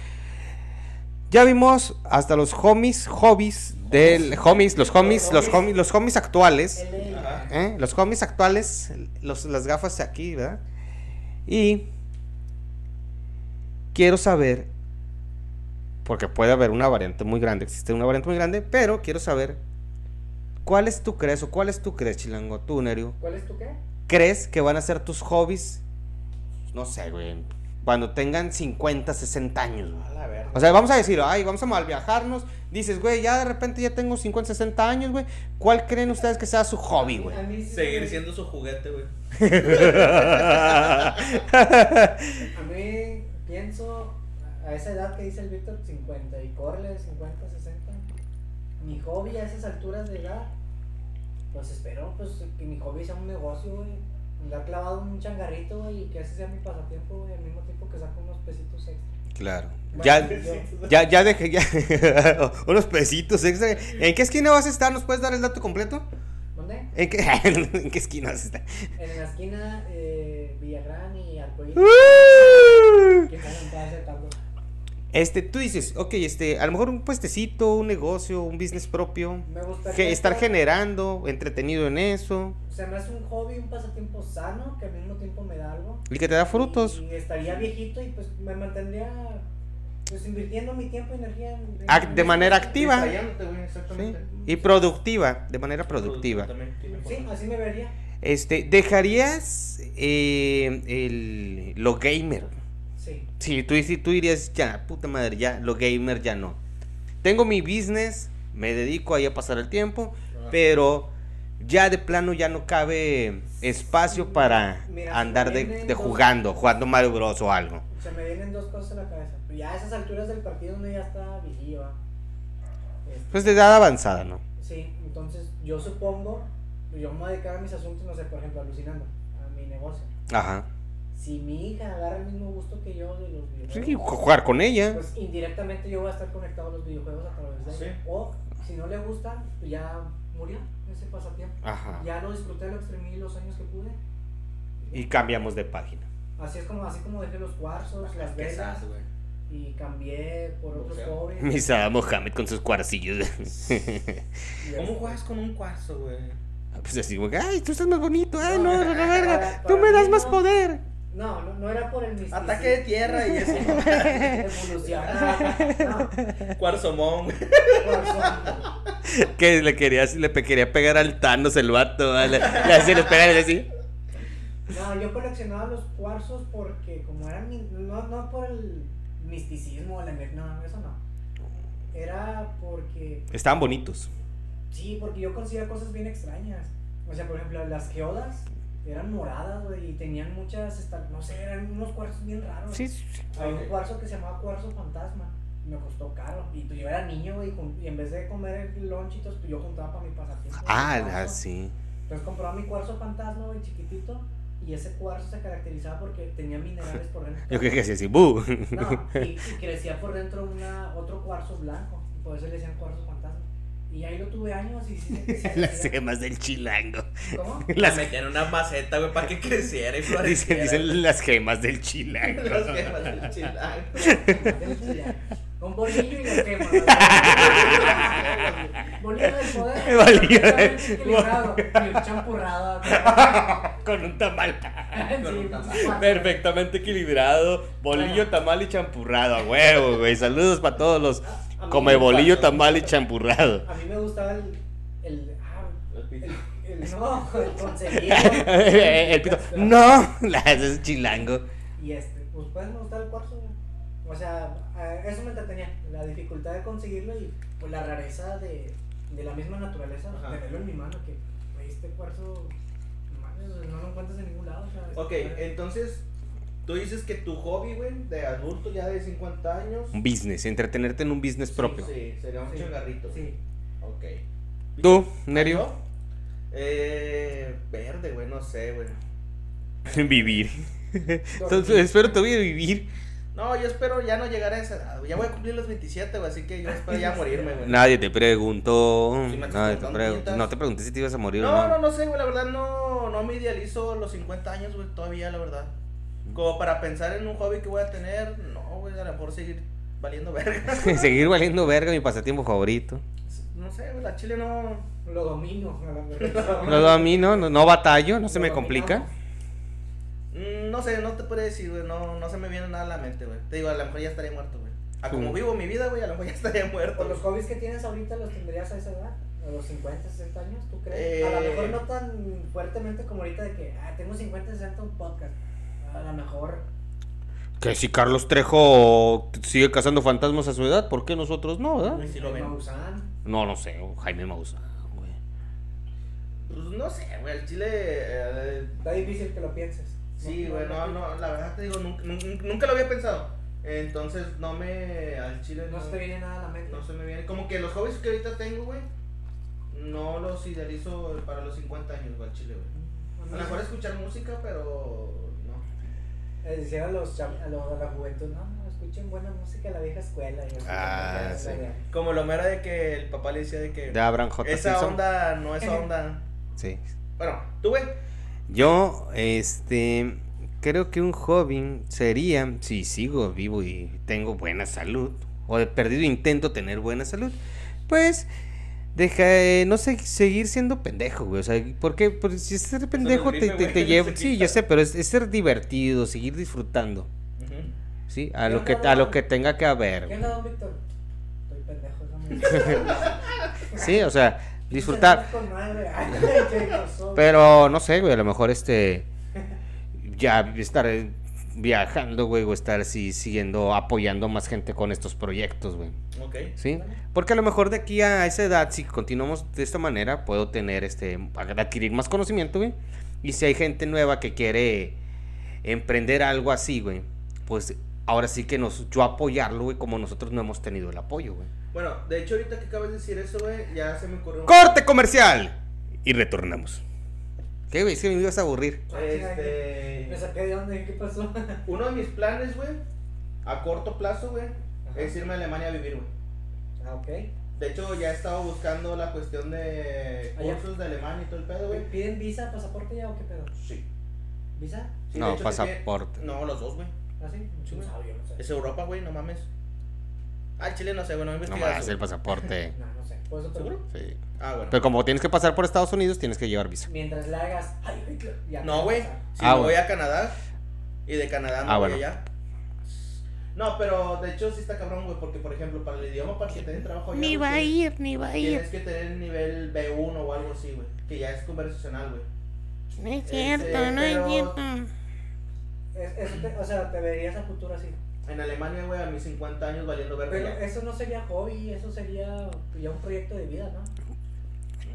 Ya vimos hasta los homies, hobbies del homies, los homies, los homies, los homies actuales. L.A. Ajá. ¿eh? Los homies actuales, los, las gafas aquí, ¿verdad? Y quiero saber, porque puede haber una variante muy grande, existe una variante muy grande, pero quiero saber, ¿cuál es tu crees o cuál es tu crees, Chilango, tú, Nerio? ¿Cuál es tu qué? ¿Crees que van a ser tus hobbies? No sé, güey, cuando tengan 50, 60 años, güey. A la verga. O sea, vamos a decir, ay, vamos a malviajarnos. Dices, güey, ya de repente ya tengo 50, 60 años, güey. ¿Cuál creen ustedes que sea su hobby, güey? A mí sí se Seguir me- siendo su juguete, güey. A mí pienso a esa edad que dice el Víctor, 50 y corre 50, 60. Mi hobby a esas alturas de edad, pues espero pues que mi hobby sea un negocio, güey. Andar clavado en un changarrito, güey, y que ese sea mi pasatiempo, güey, al mismo tiempo que saco unos pesitos extra. claro. Bueno, Ya, yo- ya, ya dejé, ya. [laughs] Unos pesitos extra. ¿En qué esquina vas a estar? ¿Nos puedes dar el dato completo? ¿Dónde? ¿En qué, [laughs] ¿en qué esquina vas a estar? En la esquina eh, Villagrán y Arcoíris. ¡Uh! Que saben, puede hacer tanto. Este, tú dices, ok, este, a lo mejor un puestecito, un negocio, un business propio. Me gustaría que estar estar- generando, entretenido en eso. Se me hace un hobby, un pasatiempo sano, que al mismo tiempo me da algo. Y que te da frutos. Y estaría viejito y pues me mantendría pues invirtiendo mi tiempo y energía en- en- Ac- de manera activa. Estallándote, güey, Sí, exactamente. Y productiva, de manera productiva. También, sí, mejor. Sí, así me vería. Este, ¿dejarías eh, el, lo gamer? Sí. Sí, tú, sí, tú dirías, ya, puta madre, ya, lo gamer ya no. Tengo mi business, me dedico ahí a pasar el tiempo, Ah. pero ya de plano ya no cabe espacio para Mira, andar de, también de los- jugando, jugando Mario Bros o algo. Se me vienen dos cosas a la cabeza. Pero ya a esas alturas del partido uno ya está vigía. Pues de edad avanzada, ¿no? Sí, entonces yo supongo, yo me voy a dedicar a mis asuntos, no sé, por ejemplo, alucinando, a mi negocio. Ajá. Si mi hija agarra el mismo gusto que yo de los Sí, videojuegos, ju- jugar con ella. pues indirectamente yo voy a estar conectado a los videojuegos a través de Sí. ella. O si no le gustan, pues ya murió ese pasatiempo. Ajá. Ya lo disfruté, lo exprimí los años que pude. Y cambiamos de página. [laughs] Así es como, así como dejé los cuarzos, las Ah, ¿Qué velas sas, güey? y cambié por otros Boxeo. pobres. Misa Mohamed con sus cuarcillos. [laughs] ¿Cómo juegas con un cuarzo, güey? pues así, güey, ay, tú estás más bonito, ay, no, la verga, Para- tú me para das mí más no. poder. No, no, no era por el misticismo. Ataque de tierra y eso. [laughs] [laughs] Evolucionaba. No, Cuarzomón, güey. cuarzón. Que le quería, le pe- quería pegar al Thanos el vato, ¿vale? Y así le pegan y así. No, yo coleccionaba los cuarzos porque como eran mi- no, no por el misticismo, la ener- no, eso no. Era porque Estaban bonitos. sí, porque yo conseguía cosas bien extrañas. O sea, por ejemplo, las geodas eran moradas, güey, y tenían muchas esta- no sé, eran unos cuarzos bien raros. Sí, sí, sí. Había Ok. un cuarzo que se llamaba cuarzo fantasma. y Me costó caro. Y pues, yo era niño güey, y, jun- y en vez de comer lonchitos, pues yo juntaba para mi pasatiempo. Ah, un ah, cuarzo. sí. Entonces compraba mi cuarzo fantasma, güey, chiquitito. Y ese cuarzo se caracterizaba porque tenía minerales por dentro. [laughs] Yo creo que hacía así, ¡bu! No, [laughs] y, y crecía por dentro una, otro cuarzo blanco. Y por eso le decían cuarzo fantasma. Y ahí lo tuve años y sí, sí, sí, [laughs] Las sí. gemas del chilango. ¿Cómo? La Las, metían en una maceta, güey, para que [laughs] creciera y dicen, floreciera. dicen las gemas del chilango. [laughs] Los gemas del chilango. Con bolillo y lo quema. güey. [laughs] Bolillo del [laughs] poder. Bolillo de- perfectamente equilibrado, Y el champurrado. [laughs] güey. Con un tamal. Con un Sí, tamal. sí, sí. Perfectamente equilibrado. Bolillo, Bueno. tamal y champurrado. A huevo, güey. Saludos para todos los A mí come me bolillo, gusta- tamal y [laughs] champurrado. [laughs] A mí me gustaba el. el, ah, Los el, pitos. el- no, el conseguido. El pito. No, [laughs] las es chilango. Y este, pues pueden me gustaba el cuarzo. güey. O sea, a- eso me entretenía. La dificultad de conseguirlo y pues, la rareza de, de la misma naturaleza. Ajá. Tenerlo en mi mano, que güey, este cuarzo. no mames, No lo encuentras en ningún lado. o sea, [laughs] Ok, está- entonces, tú dices que tu hobby, güey, de adulto ya de 50 años. Un business, entretenerte en un business propio. Sí, sería un Sí. changarrito. Sí. Ok. ¿Tú, Nerio? ¿Yo? Eh, verde, güey, no sé, güey. [laughs] Vivir. Entonces, espero te voy a vivir. No, yo espero ya no llegar a esa edad. güey. Ya voy a cumplir los 27, güey, así que yo espero ya morirme, güey. Nadie te preguntó. Sí, me estás nadie te preguntando, preguntó. puñetas. No te pregunté si te ibas a morir o No, no, no sé, güey, la verdad no, no me idealizo los 50 años, güey, todavía, la verdad. Como para pensar en un hobby que voy a tener, no, güey, a lo mejor seguir valiendo verga. [laughs] Seguir valiendo verga, mi pasatiempo favorito. No sé, güey, la chile no... Lo domino. a la verdad. No, a mí no, no, no batallo, no se Lo me dominamos. complica. Mm, No sé, no te puedo decir, güey, no, no se me viene nada a la mente, güey. Te digo, a lo mejor ya estaría muerto, güey. A como Sí. vivo mi vida, güey, a lo mejor ya estaría muerto. ¿Por los hobbies que tienes ahorita los tendrías a esa edad? ¿A los 50, 60 años? ¿Tú crees? A lo Eh. mejor no tan fuertemente como ahorita de que, ah, tengo 50, 60 un podcast. A lo mejor. Que si Carlos Trejo sigue cazando fantasmas a su edad, ¿por qué nosotros no, verdad? Y si lo el ven. este, Maussan. No, no sé, o Jaime Maussan, güey. Pues no sé, güey, el chile... eh, Está difícil que lo pienses. Sí, güey, no, no, la verdad te digo, nunca, nun- nunca lo había pensado. Entonces, no me. Al chile no, No se te viene nada a la mente. no se me viene. Como que los hobbies que ahorita tengo, güey, no los idealizo para los 50 años, güey, al chile, güey. A A mí lo mejor escuchar música, pero. No. Les decía a eh, los chav- a, los- a la juventud, no, no, escuchen buena música de la vieja escuela. y así, Ah, la- sí. la- Como lo mero de que el papá le decía de que. De Abraham J. esa Simpson. onda no es onda. Sí. Bueno, tú, güey. Yo, este, creo que un hobby sería, si sigo vivo y tengo buena salud, o de perdido intento tener buena salud, pues, deja, eh, no sé, seguir siendo pendejo, güey. O sea, porque pues, si es ser pendejo te, rime, te, güey, te no lleva, se sí, quita. yo sé, pero es, es ser divertido, seguir disfrutando, Ujú. ¿sí? A Yo lo que, no- a lo que tenga que haber, güey. ¿Qué onda, don Víctor? Estoy pendejo, [laughs] déjame. sí, o sea, disfrutar. [laughs] Con madre. Ay, qué pasó. Pero no sé, güey, a lo mejor este. Ya estar eh, viajando, güey, o estar así siguiendo, apoyando más gente con estos proyectos, güey. Ok. ¿Sí? Porque a lo mejor de aquí a esa edad, si continuamos de esta manera, puedo tener este. adquirir más conocimiento, güey. Y si hay gente nueva que quiere emprender algo así, güey, pues ahora sí que nos, yo apoyarlo, güey, como nosotros no hemos tenido el apoyo, güey. Bueno, de hecho, ahorita que acabas de decir eso, güey, ya se me ocurrió un. ¡Corte comercial! Y retornamos. ¿Qué, güey? Es que me ibas a aburrir. Este. Me saqué de dónde, ¿qué pasó? [laughs] Uno de mis planes, güey, a corto plazo, güey, es irme a Alemania a vivir, güey. Ah, ok. De hecho, ya he estado buscando la cuestión de Allá. cursos de alemán y todo el pedo, güey. ¿Piden visa, pasaporte ya o qué pedo? Sí. ¿Visa? Sí, de No, hecho, te pasaporte. pide- No, los dos, güey. ¿Ah, sí? Sí, güey. No, yo no sé. Es Europa, güey, no mames. Ah, Chile no sé, güey, no he No investigado más eso, el güey. [laughs] pasaporte. No, no sé. Por eso te- ¿Seguro? Sí. Ah, bueno. Pero como tienes que pasar por Estados Unidos, tienes que llevar visa. Mientras le hagas. Ay, güey, claro, ya te No, va a güey. pasar. Si Ah, me voy bueno. a Canadá y de Canadá me Ah, voy bueno. allá. No, pero de hecho sí está cabrón, güey, porque por ejemplo, para el idioma, para que te den trabajo allá. güey, tienes- ir, ni va Tienes que tener el nivel B1 o algo así, güey. Que ya es conversacional, güey. No es cierto, Este, no es pero- cierto. Es- eso te- o sea, te verías a futuro así. En Alemania, güey, a mis 50 años valiendo verga Pero ya. eso no sería hobby, eso sería ya un proyecto de vida, ¿no?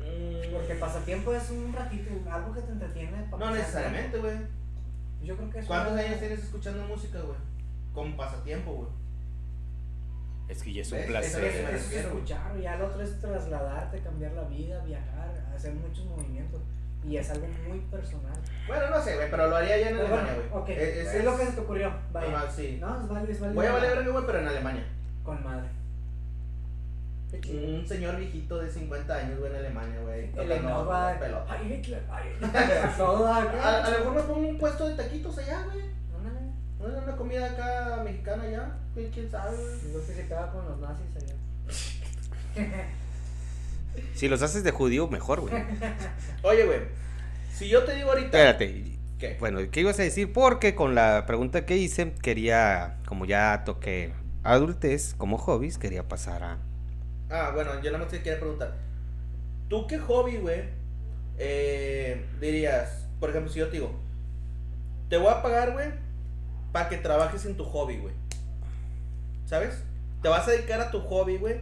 Mm, Porque pasatiempo es un ratito, algo que te entretiene. pa' No pasar, necesariamente, güey. Yo creo que es. ¿Cuántos una- años tienes escuchando música, güey? Con pasatiempo, güey. Es que ya es ¿Ves? un Eso Eso es, eso me placer. es refiero, güey. escuchar, ya lo otro es trasladarte, cambiar la vida, viajar, hacer muchos movimientos. Y es algo muy personal. Bueno, no sé, güey, pero lo haría ya en Pero Alemania, güey. bueno, ok. Es- Es, es- lo que se te ocurrió. Vaya. Ajá, sí. No, es válido, es válido. Voy a valer verga, güey, pero en Alemania. Con madre. Qué chido. Un señor viejito de 50 años, güey, en Alemania, güey. El Innova. tocando pelota. Ay, Hitler, ay. [laughs] Hitler. [laughs] Todo acá. A, a lo mejor me pongo un puesto de taquitos allá, güey. Ándale. No es una comida acá mexicana allá. güey, ¿Quién sabe? güey? Lo que se acaba con los nazis allá. Si los haces de judío, mejor, [laughs] güey. Oye, güey. Si yo te digo ahorita. Espérate. ¿Qué? Bueno, ¿qué ibas a decir? Porque con la pregunta que hice, quería, como ya toqué adultez como hobbies, quería pasar a... Ah, bueno, yo nada más te quería preguntar. ¿Tú qué hobby, güey? eh, dirías, por ejemplo, si yo te digo, te voy a pagar, güey, para que trabajes en tu hobby, güey. ¿Sabes? Te vas a dedicar a tu hobby, güey,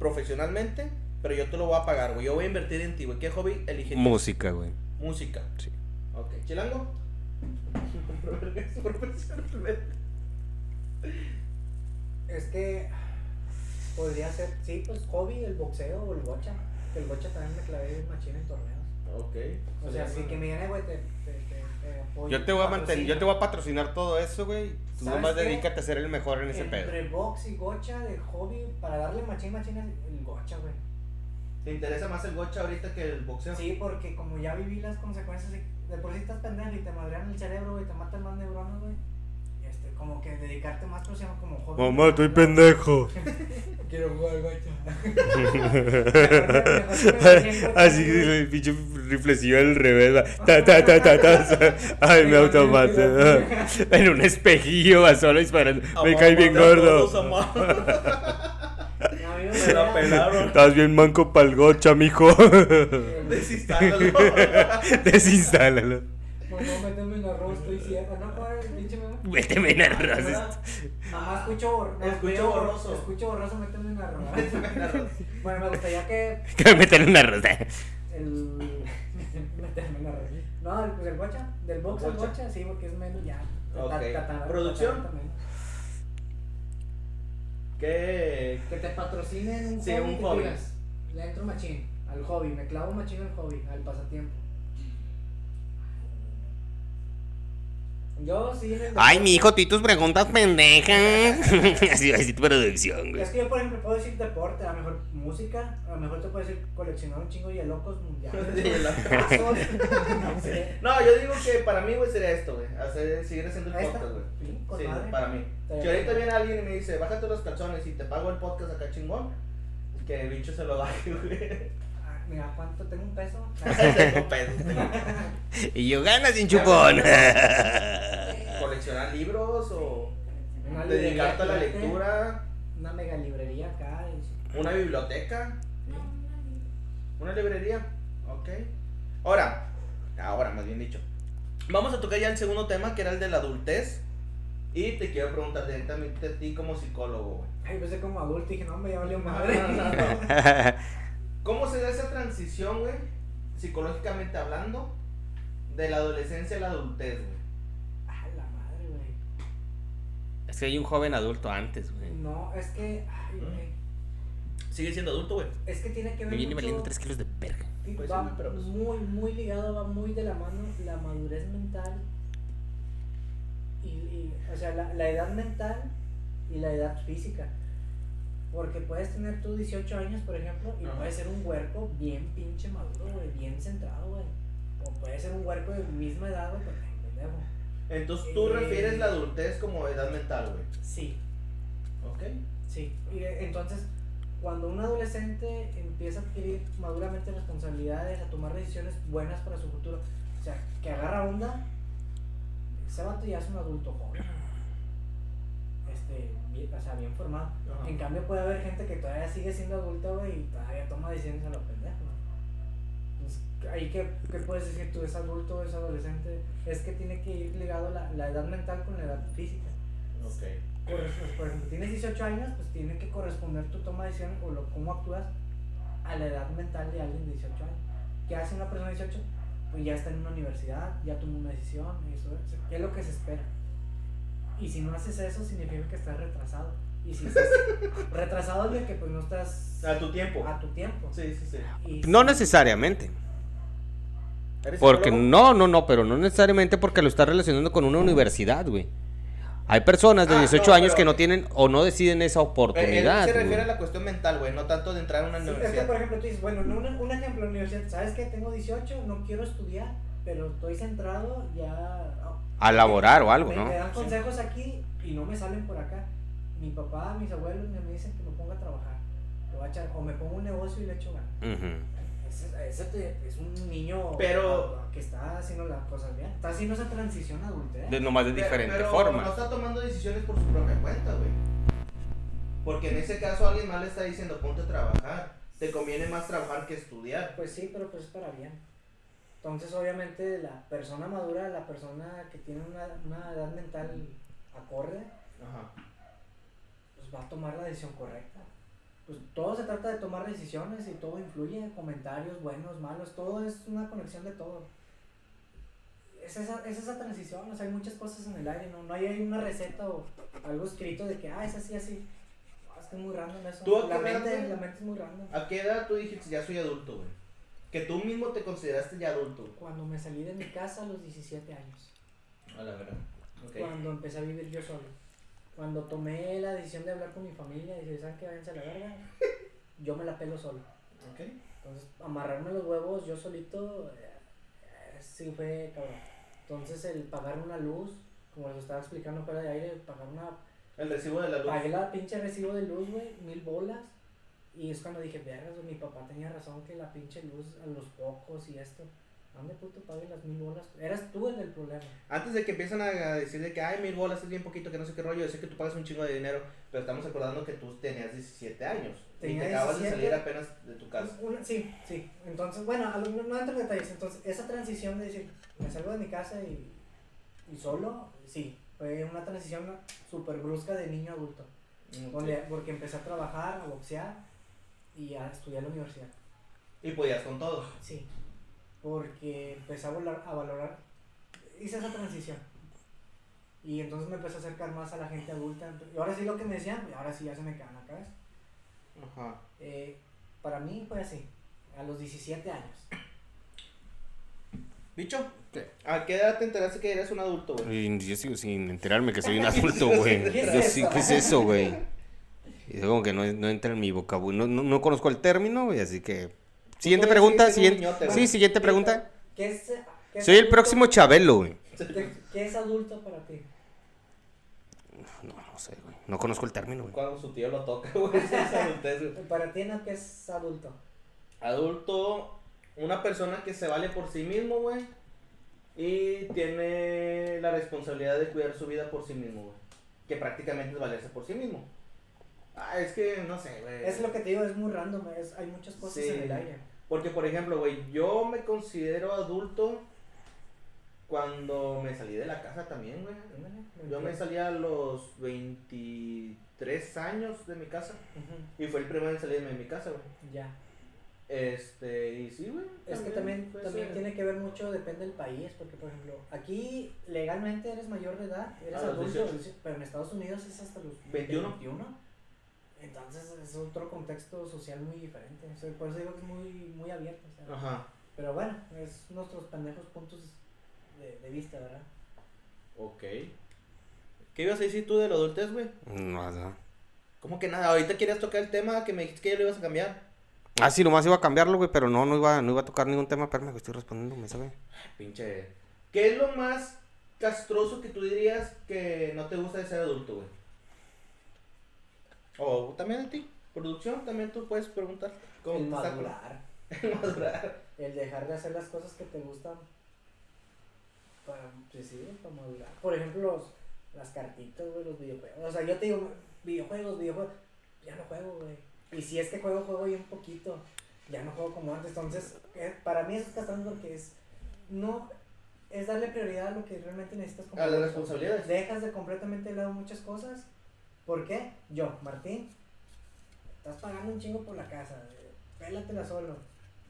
profesionalmente, pero yo te lo voy a pagar, güey. Yo voy a invertir en ti, güey. ¿Qué hobby eliges? Música, güey. Música. Sí. Ok, chilango. [laughs] Profesionalmente. Es que podría ser, sí, pues hobby, el boxeo o el bocha. Que el bocha también me clavé en machina en torneos. Ok. O sea, sí que me digan, "Eh, güey, te, te, te, te apoyo. a patrocinar todo eso, güey. Tú ¿Sabes nomás qué? dedícate a ser el mejor en Entre box y gocha de hobby, para darle machín, machín, el gocha, güey. ¿Te interesa más el gocha ahorita que el boxeo? Sí, porque como ya viví las consecuencias de, de por si estás pendejo y te madrean el cerebro, güey, te matan más neuronas, güey. y Este, como que dedicarte más, pero se llama como hobby. Mamá, estoy pendejo. [laughs] Quiero jugar [laughs] gocha. [laughs] Así, el pinche riflecillo al revés. va. Ta, ta, ta, ta, ta. [laughs] Ay, me [laughs] automaté. [laughs] En un espejillo, va solo disparando. Me cae bien gordo. No, a mí me Se la [laughs] gustaría- pelaron. Estás bien manco pa'l gocha, mijo. [laughs] Desinstálalo. Desinstálalo. [laughs] Mamá, méteme en arroz, estoy ciega. No, joder, pinche mamá. Méteme en arroz. Mamá, escucho, bor- no, Escucho veo- borroso. Escucho borroso, méteme en arroz. [laughs] Bueno, me gustaría que Que me meten en arroz. el... [laughs] méteme en arroz. No, el- pues el bocha. Del box al Bocha. bocha, sí, porque es menos ya. Ok. Ta- ta- ta- ta- ¿Producción? ta- ta- ta- ¿Qué? Que te patrocinen un Sí, hobby. un que hobby. digas, Le entro machín al hobby, me clavo machín al hobby, al pasatiempo. Yo sí. en el- Ay, mi hijo, tú y tus preguntas pendejas. [laughs] Así va a decir tu producción, güey. Es que yo, por ejemplo, puedo decir deporte, a lo mejor música, a lo mejor te puedo decir coleccionar un chingo de locos [laughs] mundiales. Tazos, [laughs] no sé. No, yo digo que para mí, güey, sería esto, güey. Hacer, seguir haciendo el Ahí está. podcast, güey. Sí, con Sí, madre. para mí. Está Si bien. ahorita viene alguien y me dice, bájate los calzones y te pago el podcast acá chingón, pues que el bicho se lo baje, güey. [laughs] Ah, Mira, ¿cuánto tengo un peso? [laughs] Tengo pedos. Y yo ganas sin [laughs] chupón. Coleccionar libros o Ah, Una librería dedicarte a la gigante, lectura, Una mega librería acá. y- una biblioteca, una librería. Ok. Ahora, ahora más bien dicho. Vamos a tocar ya el segundo tema que era el de la adultez. Y te quiero preguntar directamente a ti como psicólogo, güey. Ay, pensé como adulto y dije, no, me ya [laughs] valió madre. [laughs] No, no, no. [laughs] ¿Cómo se da esa transición, güey? Psicológicamente hablando, de la adolescencia a la adultez, güey. Ah, la madre, güey. Es que hay un joven adulto antes, güey. No, es que. Ay, güey. Sigue siendo adulto, güey. Es que tiene que Me ver. viene mucho- valiendo 3 kilos de verga. Pues sí, va no, pero pues- muy, muy ligado, va muy de la mano la madurez mental. Y, y, o sea, la, la edad mental y la edad física. Porque puedes tener tú 18 años, por ejemplo, y Ajá. puedes ser un huerco bien pinche maduro, güey, bien centrado, güey. O puede ser un huerco de misma edad, güey, pero, ay, güey, huevo. Entonces tú Eh. refieres la adultez como edad mental, güey. Sí, Ok. sí. Y eh, entonces, cuando un adolescente empieza a adquirir maduramente responsabilidades, a tomar decisiones buenas para su futuro, o sea, que agarra onda, ese vato ya es un adulto joven. Este, bien- o sea, bien formado. Ajá. En cambio puede haber gente que todavía sigue siendo adulta, güey, y todavía toma decisiones a lo pendejo. Entonces, ahí que, que puedes decir tú, es adulto, es adolescente, es que tiene que ir ligado la, la edad mental con la edad física. Ok. Corres- pues, por ejemplo, tienes 18 años, pues tiene que corresponder tu toma de decisión o lo, cómo actúas a la edad mental de alguien de 18 años. ¿Qué hace una persona de 18? Pues ya está en una universidad, ya tomó una decisión, eso, eso, ¿qué es lo que se espera? Y si no haces eso, significa que estás retrasado. Y [laughs] si estás retrasado es de que pues no estás A tu tiempo. a tu tiempo. Sí, sí, sí. Y No si- necesariamente. ¿Eres Porque psicólogo? no, no, no, pero no necesariamente porque lo está relacionando con una universidad, güey. Hay personas de Ah, 18 no, años pero- que no tienen o no deciden esa Eh, él oportunidad. se güey. refiere a la cuestión mental, güey, no tanto de entrar a una Sí, es que, por universidad. ejemplo, tú dices, bueno, no, una- un ejemplo, la universidad, ¿sabes qué? Tengo 18, no quiero estudiar, pero estoy centrado ya... A laborar o algo, me, ¿no? me dan consejos aquí y no me salen por acá. Mi papá, mis abuelos me me dicen que me ponga a trabajar. le voy a echar- o me pongo un negocio y le echo ganas. Ujú. Ese, ese te- es un niño Pero- a- que está haciendo las cosas bien. Está haciendo esa transición ¿eh? a adultez. De, nomás de Pero- diferente pero No forma. está tomando decisiones por su propia cuenta, güey. Porque en ese caso alguien más le está diciendo, ponte a trabajar. Te conviene más trabajar que estudiar. Pues sí, pero pues es para bien. Entonces, obviamente, la persona madura, la persona que tiene una, una edad mental acorde, Ajá. pues va a tomar la decisión correcta. Pues todo se trata de tomar decisiones y todo influye, comentarios buenos, malos, todo es una conexión de todo. Es esa, es esa transición, o sea, hay muchas cosas en el aire, ¿no? No hay, hay una receta o algo escrito de que, ah, es así, así. No, Es que es muy random eso. ¿Tú a qué la, edad, mente, güey? la mente es muy random. ¿A qué edad tú dijiste, ya soy adulto, güey? Que tú mismo te consideraste ya adulto. güey. Cuando me salí de mi casa a los 17 años. A la verdad. Ok. cuando empecé a vivir yo solo. Cuando tomé la decisión de hablar con mi familia y decir, ¿saben qué? Váyanse a la verga. Yo me la pelo solo. Ok. Entonces, amarrarme los huevos yo solito, eh, eh, sí fue cabrón. Entonces, el pagar una luz, como les estaba explicando fuera de aire, pagar una. El recibo de la luz. Pagué la pinche recibo de luz, güey, mil bolas. Y es cuando dije, vergas, güey, mi papá tenía razón que la pinche luz a los pocos y esto. ¿Dónde puto pagué las mil bolas? Eras tú el del problema. Antes de que empiezan a a decir de que, ay, mil bolas es bien poquito, que no sé qué rollo, yo sé que tú pagas un chingo de dinero, pero estamos acordando que tú tenías 17 años. y Tenía te acabas de 17. salir apenas de tu casa. Una- sí, sí. Entonces, bueno, a lo- no, no entro en detalles. Entonces, esa transición de decir, me salgo de mi casa y, y solo, sí, fue una transición súper brusca de niño a adulto. donde- porque empecé a trabajar, a boxear y a estudiar en la universidad. Y podías con todo. Sí, porque empecé a, volar- a valorar, hice esa transición. Y entonces me empecé a acercar más a la gente adulta. Y ahora sí lo que me decían, ahora sí ya se me caen la cabeza. Ajá. Eh, para mí fue así, a los 17 años. Bicho, ¿Qué? ¿a qué edad te enteraste que eras un adulto, [laughs] güey? Y Yo sigo sin enterarme que soy [laughs] un adulto, güey. ¿Qué es Yo sí, eso? ¿qué es eso, güey? Y como que no, no entra en mi vocabulario. No, no- no conozco el término, güey, así que. Siguiente puedes pregunta, seguir siendo siguiente. un ñote, Sí, güey. siguiente pregunta. ¿Qué es, qué es Soy el adulto- próximo Chabelo, güey. qué- ¿Qué es adulto para ti? No, no sé, güey. No conozco el término, güey. Cuando su tío lo toca, güey, [laughs] eso es adultez, güey. Para ti no, ¿qué es adulto? Adulto, una persona que se vale por sí mismo, güey. Y tiene la responsabilidad de cuidar su vida por sí mismo, güey. Que prácticamente es valerse por sí mismo. Ah, es que no sé, güey. Es lo que te digo, es muy random, es- hay muchas cosas Eh, Sí. en el aire. Porque, por ejemplo, güey, yo me considero adulto cuando me salí de la casa también, güey. Ándale, muy Yo me bien. salí a los 23 años de mi casa. Ujú, Y fue el primero en salirme de mi casa, güey. Ya. Este, y sí, güey. Es que también, fue también ese- tiene que ver mucho, depende del país, porque por ejemplo, aquí legalmente eres mayor de edad, eres A Ah, los adulto, 18. pero en Estados Unidos es hasta los 21. 21. Entonces es otro contexto social muy diferente. o sea, por eso digo que es muy, muy abierto. o sea. Ajá, Pero bueno, es nuestros pendejos puntos de, de vista, ¿verdad? ok. ¿Qué ibas a decir tú de la adultez, güey? No, no. ¿Cómo que nada? Ahorita querías tocar el tema que me dijiste que ya lo ibas a cambiar. Ah, sí, nomás iba a cambiarlo, güey, pero no, no iba, no iba a tocar ningún tema. Espérame, que estoy respondiendo un mensaje. Pinche. ¿Qué es lo más castroso que tú dirías que no te gusta de ser adulto, güey? O también a ti. Producción, también tú puedes preguntar. ¿Cómo El te está- madurar. [laughs] El madurar. El dejar de hacer las cosas que te gustan. Para, pues sí, para madurar. Por ejemplo, los- las cartitas, güey, los videojuegos. O sea, yo te digo, videojuegos, videojuegos. Ya no juego, güey. Y si es que juego, juego bien poquito. Ya no juego como antes. Entonces, eh, para mí eso es gastando lo que es. No. Es darle prioridad a lo que realmente necesitas. como A las adulto. responsabilidades. Dejas de completamente de lado muchas cosas. ¿Por qué? Yo, Martín, estás pagando un chingo por la casa. eh, Pélatela solo.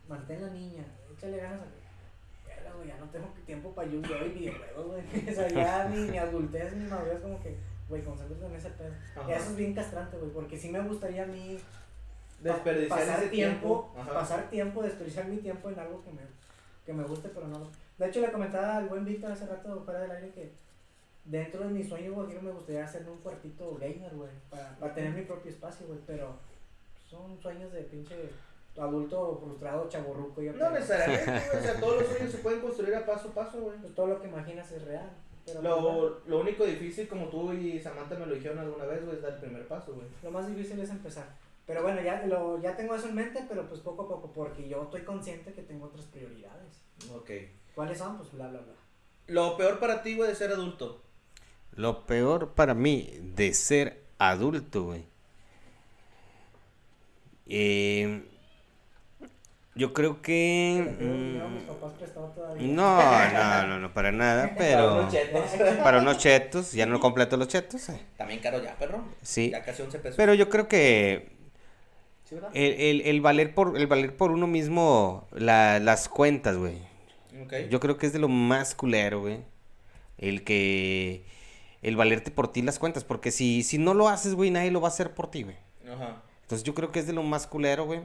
Mantén la niña. Échale ganas a. Verga, güey, Ya no tengo tiempo para yo y videojuegos, güey. [laughs] O sea, ya mi, mi adultez, mi madurez, como que, güey, concéntrate en ese pedo. Ajá. Eso es bien castrante, güey, porque sí me gustaría a mí pa- Desperdiciar pasar ese tiempo. Ajá. pasar tiempo, desperdiciar mi tiempo en algo que me, que me guste, pero no. De hecho, le comentaba al buen Víctor hace rato fuera del aire que dentro de mi sueño, güey, creo que me gustaría hacerme un cuartito gamer, güey, para, para tener mi propio espacio, güey, pero son sueños de pinche adulto frustrado, chaborruco y No necesariamente, güey. O sea, todos los sueños se pueden construir a paso a paso, güey. Pues todo lo que imaginas es real. Pero pues, lo, Lo, lo único difícil, como tú y Samantha me lo dijeron alguna vez, güey, es dar el primer paso, güey. lo más difícil es empezar. Pero bueno, ya, lo, ya tengo eso en mente, pero pues poco a poco, porque yo estoy consciente que tengo otras prioridades. Ok. ¿Cuáles son? Pues bla, bla, bla. Lo peor para ti, güey, de ser adulto. Lo peor para mí de ser adulto, güey. Eh, yo creo que... Pero, mm, mis papás prestado todavía. no, no, no, no, para nada, pero... Para unos chetos, ya no completo los chetos. eh. [laughs] También caro ya, perro. Sí. Ya casi 11 pesos. Pero yo creo que ¿Sí, verdad? el, el- el valer, por, el valer por uno mismo la- las cuentas, güey. Ok. Yo creo que es de lo más culero, güey. El que... El valerte por ti las cuentas, porque si, si no lo haces, güey, nadie lo va a hacer por ti, güey. Ajá. Entonces yo creo que es de lo más culero, güey.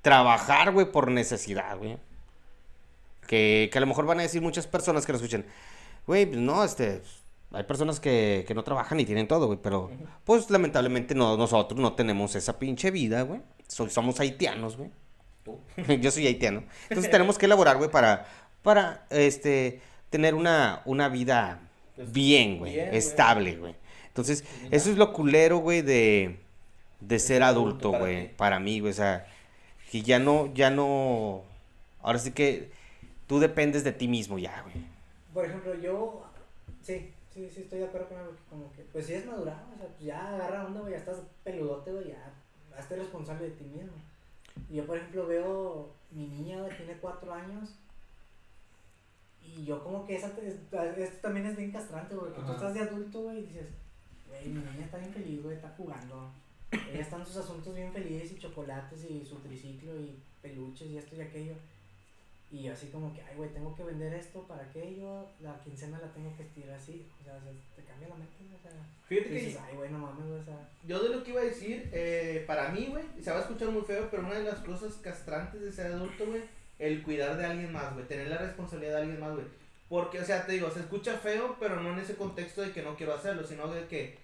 Trabajar, güey, por necesidad, güey. Que, que a lo mejor van a decir muchas personas que lo escuchen. Güey, pues no, este... Hay personas que, que no trabajan y tienen todo, güey, pero... Pues lamentablemente no, nosotros no tenemos esa pinche vida, güey. So- somos haitianos, güey. Tú. [laughs] Yo soy haitiano. Entonces tenemos que elaborar, güey, para, para, este, tener una, una vida Pues, bien, güey, bien, güey. Pues, estable, güey. Entonces, eso es lo culero, güey, de, de ser adulto, para güey, ti. para mí, güey, o sea, que ya no, ya no, ahora sí que tú dependes de ti mismo ya, güey. Por ejemplo, yo. Sí, sí, sí, estoy de acuerdo con algo que, como que. Pues sí, es madurar, o sea, pues ya agarra onda, güey, ya estás peludote, güey, ya. Hazte responsable de ti mismo. Y Yo, por ejemplo, veo mi niña, güey, tiene cuatro años. Y yo, como que esa, es- esto también es bien castrante, güey, que tú Ajá. estás de adulto, güey, y dices, güey, mi niña está bien feliz, güey, está jugando. Ella está en sus asuntos bien felices y chocolates y su triciclo y peluches y esto y aquello. Y yo así como que, ay, güey, tengo que vender esto para aquello, la quincena la tengo que estirar así. O sea, se- te cambia la mente, güey, o sea. Fíjate que Dices, ay, güey, no mames, güey, o sea. yo de lo que iba a decir, eh, para mí, güey, y se va a escuchar muy feo, pero una de las cosas castrantes de ser adulto, güey, el cuidar de alguien más, güey, tener la responsabilidad de alguien más, güey. Porque, o sea, te digo, se escucha feo, pero no en ese contexto de que no quiero hacerlo, sino de que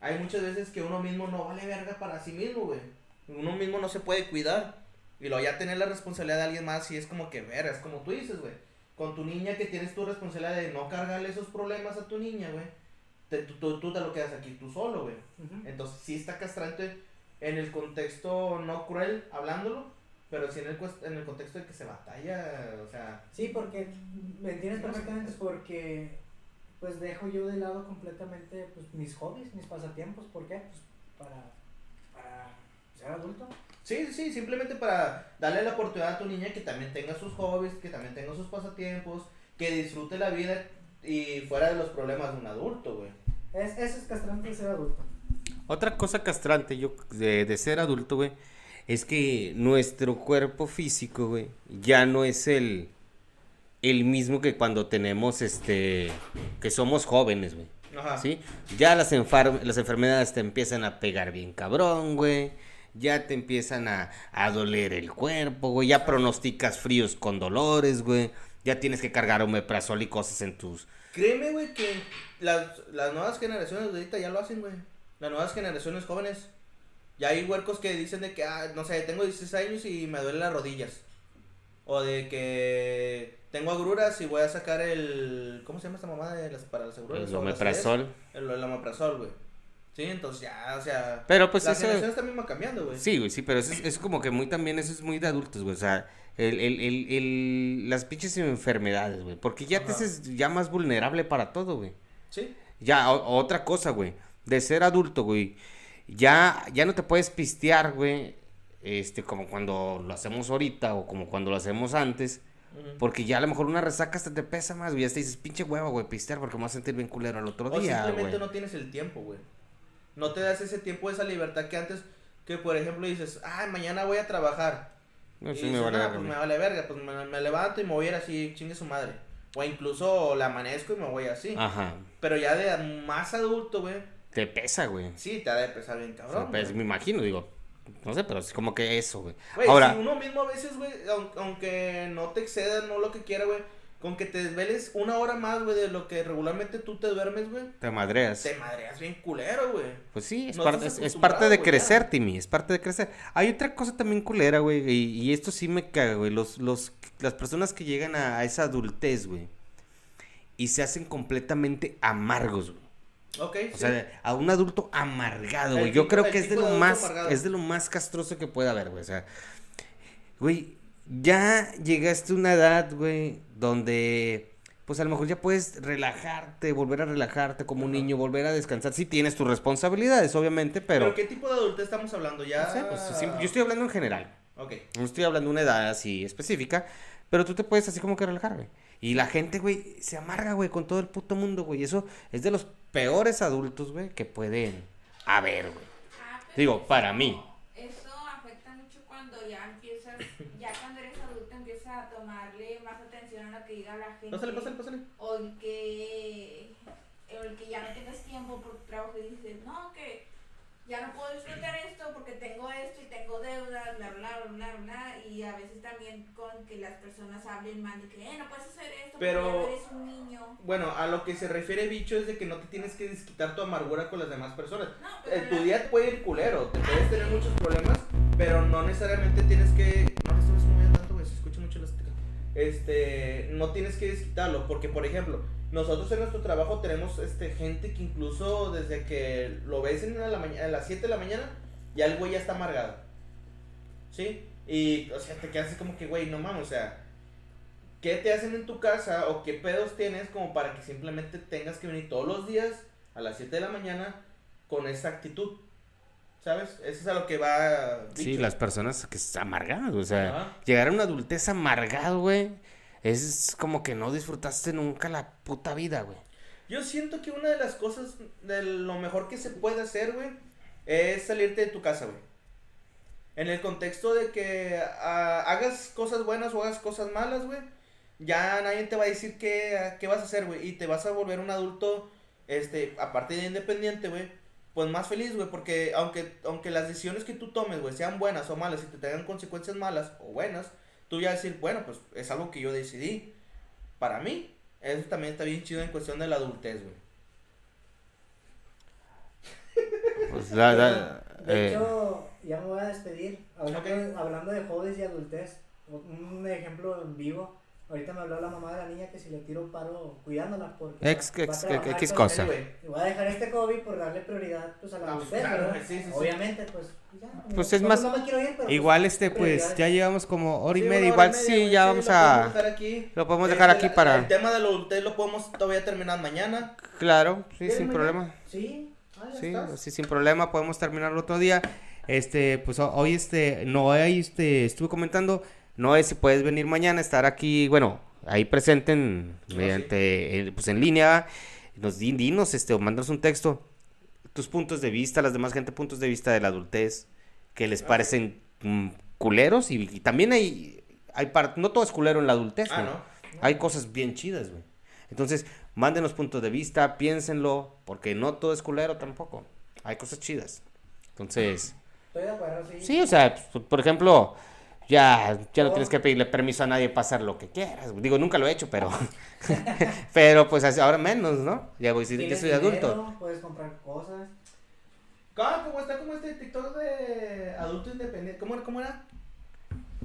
hay muchas veces que uno mismo no vale verga para sí mismo, güey. Uno mismo no se puede cuidar. Y luego ya tener la responsabilidad de alguien más, sí es como que verga, es como tú dices, güey. Con tu niña que tienes tu responsabilidad de no cargarle esos problemas a tu niña, güey. te- tú- tú, tú te lo quedas aquí tú solo, güey. ujú. Entonces sí está castrante en el contexto no cruel hablándolo, pero sí en el, cues- en el contexto de que se batalla, o sea, Sí, porque me entiendes perfectamente, es porque pues dejo yo de lado completamente pues mis hobbies, mis pasatiempos, ¿por qué? Pues para, para ser adulto. sí, sí, simplemente para darle la oportunidad a tu niña que también tenga sus hobbies, que también tenga sus pasatiempos, que disfrute la vida y fuera de los problemas de un adulto, güey. Es, eso es castrante de ser adulto. Otra cosa castrante yo de, de ser adulto, güey, es que nuestro cuerpo físico, güey, ya no es el el mismo que cuando tenemos este que somos jóvenes, güey. Ajá. ¿Sí? Ya las enfar- las enfermedades te empiezan a pegar bien cabrón, güey. Ya te empiezan a, a doler el cuerpo, güey. Ya pronosticas fríos con dolores, güey. Ya tienes que cargar omeprazol y cosas en tus. Créeme, güey, que las, las nuevas generaciones de ahorita ya lo hacen, güey. Las nuevas generaciones jóvenes. Ya hay huercos que dicen de que, ah, no sé, tengo 16 años y me duelen las rodillas. O de que tengo agruras y voy a sacar el. ¿Cómo se llama esta mamá de las, para las agruras? El ¿O las omeprazol. ideas? El, el omeprazol, güey. Sí, entonces ya, o sea. Pero pues la eso. generación está misma cambiando, güey. Sí, güey, sí, pero eso es, es como que muy también, eso es muy de adultos, güey. O sea, el, el, el, el- las pinches enfermedades, güey. Porque ya te Ajá. haces ya más vulnerable para todo, güey. Sí. Ya, o- otra cosa, güey. De ser adulto, güey. Ya, ya no te puedes pistear, güey. Este, como cuando lo hacemos ahorita o como cuando lo hacemos antes. Ujú. Porque ya a lo mejor una resaca hasta te pesa más, güey. Ya te dices, pinche hueva, güey, pistear porque me voy a sentir bien culero al otro O día, simplemente güey. no tienes el tiempo, güey. No te das ese tiempo, esa libertad que antes, que por ejemplo dices, ay, mañana voy a trabajar. No, y sí me dices, vale "Ah, verga, pues güey. me vale verga, pues me, me levanto y me voy a ir así, chingue su madre. O incluso la amanezco y me voy así. Ajá. Pero ya de más adulto, güey, Te pesa, güey. sí te ha de pesar bien O sea, cabrón. pues, güey. me imagino, digo. No sé, pero es como que eso, güey. Güey, Ahora, si uno mismo a veces, güey, aun- aunque no te excedas, no lo que quiera, güey, con que te desveles una hora más, güey, de lo que regularmente tú te duermes, güey, te madreas. te madreas bien culero, güey. Pues sí, es, No parte, es, estás es parte de acostumbrado, güey, crecer, ya. Timmy, es parte de crecer. Hay otra cosa también culera, güey, y, y esto sí me caga, güey. Los, los, las personas que llegan a, a esa adultez, güey, y se hacen completamente amargos, güey. Ok, O sí. sea, a un adulto amargado, El güey. Yo tipo- creo el que es de tipo de lo adulto más, amargado. es de lo más castroso que puede haber, güey. O sea, güey, ya llegaste a una edad, güey, donde, pues a lo mejor ya puedes relajarte, volver a relajarte como un Ajá. niño, volver a descansar. Sí tienes tus responsabilidades, obviamente, pero, pero, ¿qué tipo de adultez estamos hablando ya? no sé, pues, siempre- yo estoy hablando en general. Ok. No estoy hablando de una edad así específica, pero tú te puedes así como que relajar, güey. Y la gente, güey, se amarga, güey, con todo el puto mundo, güey. Eso es de los peores adultos, güey, que pueden haber, güey. Ah, pero Digo, eso- para mí. Eso afecta mucho cuando ya empiezas, ya cuando eres adulto empiezas a tomarle más atención a lo que diga la gente. Pásale, pásale, pásale. O el que, o el que ya no tengas tiempo por tu trabajo y dices, no, que ya no puedo disfrutar esto porque tengo esto y tengo deudas, bla, bla, bla, bla, bla. Y a veces también con que las personas hablen mal de que, eh, no puedes hacer esto Pero- porque ya no eres un niño. Bueno, a lo que se refiere bicho es de que no te tienes que desquitar tu amargura con las demás personas. No, pero Eh, la- tu día te puede ir culero, te puedes tener muchos problemas, pero no necesariamente tienes que... No le subes muy tanto, güey, se escucha mucho la estica. Este, no tienes que desquitarlo, porque por ejemplo, nosotros en nuestro trabajo tenemos este, gente que incluso desde que lo ves en la maña- a las 7 de la mañana, ya el güey ya está amargado. ¿Sí? Y, o sea, te quedas así como que, güey, no mames, o sea, ¿qué te hacen en tu casa o qué pedos tienes como para que simplemente tengas que venir todos los días a las 7 de la mañana con esa actitud? ¿Sabes? Eso es a lo que va. Sí, dicho. las personas que están amargadas, o sea, Ajá. llegar a una adultez amargado, güey, es como que no disfrutaste nunca la puta vida, güey. Yo siento que una de las cosas, de lo mejor que se puede hacer, güey, es salirte de tu casa, güey. En el contexto de que ah, hagas cosas buenas o hagas cosas malas, güey, ya nadie te va a decir qué, qué vas a hacer, güey. Y te vas a volver un adulto, este, aparte de independiente, güey, pues más feliz, güey. Porque aunque, aunque las decisiones que tú tomes, güey, sean buenas o malas y te tengan consecuencias malas o buenas, tú ya decir, bueno, pues es algo que yo decidí. Para mí, eso también está bien chido en cuestión de la adultez, güey. Pues, la- la- De eh, hecho, ya me voy a despedir. Hablando, Ok. hablando de hobbies y adultez, un ejemplo en vivo. Ahorita me habló la mamá de la niña que si le tiro paro cuidándola porque Ex- va a ex- trabajar ex todo el cosa. Sí, güey. Y voy a dejar este hobby por darle prioridad pues a la Ah, pues, adultez, claro, ¿verdad? pues, sí, sí, sí. Obviamente, pues ya. Pues, no- es no- más- no me quiero ir, pero, pues, Igual este, pues, prioridades. ya llevamos como hora y Sí, media, una hora igual y media, sí, güey, ya lo vamos podemos a... dejar aquí. Lo podemos dejar Este, aquí la- para- El tema de la adultez lo podemos todavía terminar mañana. Claro, sí, ¿Quieres sin mañana? problema. Sí, ah, ya Sí, pues. estás. sí, sin problema, podemos terminarlo otro día. Este, pues ho- hoy este, no este, estuve comentando, no si puedes venir mañana, estar aquí, bueno, ahí presente en- Ah, mediante, eh, pues en línea, nos di- dinos, este, o mandas un texto, tus puntos de vista, las demás gente, puntos de vista de la adultez, que les parecen mm, culeros, y, y también hay, hay par- no todo es culero en la adultez, Ah, ¿no? no. Hay cosas bien chidas, güey. Entonces, mándenos puntos de vista, piénsenlo, porque no todo es culero tampoco. Hay cosas chidas. Entonces, Estoy de acuerdo, sí. sí, o sea, p- por ejemplo, ya, ya no tienes que pedirle permiso a nadie para hacer lo que quieras. güey. Digo, nunca lo he hecho, pero. [laughs] pero pues así- ahora menos, ¿no? Ya voy, si- ya Tienes soy adulto. dinero, Puedes comprar cosas. Ah, como está como este TikTok de adulto independiente. ¿Cómo, era- cómo era?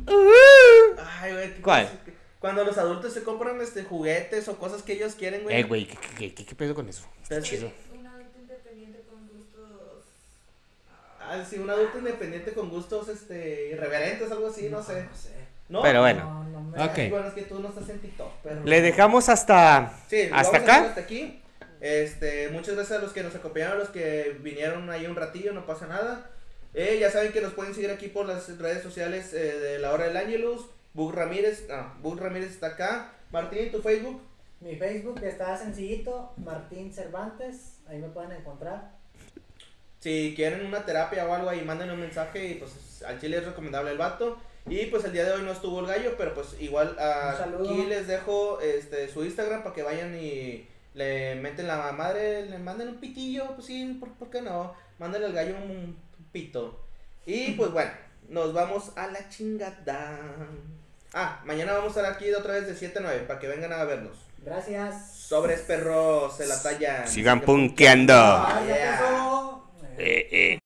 Ay, güey. qué Uh-huh. ¿Cuál? cosas que- Cuando los adultos se compran este juguetes o cosas que ellos quieren, güey. Eh, güey, ¿qué, qué, qué- qué pedo con eso? Pero es que- Chido. Un adulto independiente con gustos. ah, Ah, sí, un adulto independiente con gustos este irreverentes, algo así, no sé. No sé. No. Pero bueno. No, no me- Ay, Ok. Bueno, es que tú no estás en TikTok, pero. Le dejamos hasta. Sí, lo ¿Hasta vamos a dejar acá? Hasta aquí. Este, muchas gracias a los que nos acompañaron, a los que vinieron ahí un ratillo, no pasa nada. Eh, ya saben que nos pueden seguir aquí por las redes sociales eh, de La Hora del Ángelus. Bug Ramírez, no, Bug Ramírez está acá. Martín, tu Facebook. Mi Facebook está sencillito, Martín Cervantes, ahí me pueden encontrar. Si quieren una terapia o algo ahí, mándenle un mensaje y pues al chile es recomendable el vato. Y pues el día de hoy no estuvo el gallo, pero pues igual ah, Un saludo. aquí les dejo este su Instagram para que vayan y le meten la madre, le manden un pitillo, pues sí, ¿por, por qué no? Mándenle al gallo un pito. Y pues bueno, nos vamos a la chingada. Ah, mañana vamos a estar aquí de otra vez de 7 a 9 para que vengan a vernos. Gracias. Sobres perros, se la tallan. Sigan punkeando. Ay, ya Yeah. empezó. Eh, eh.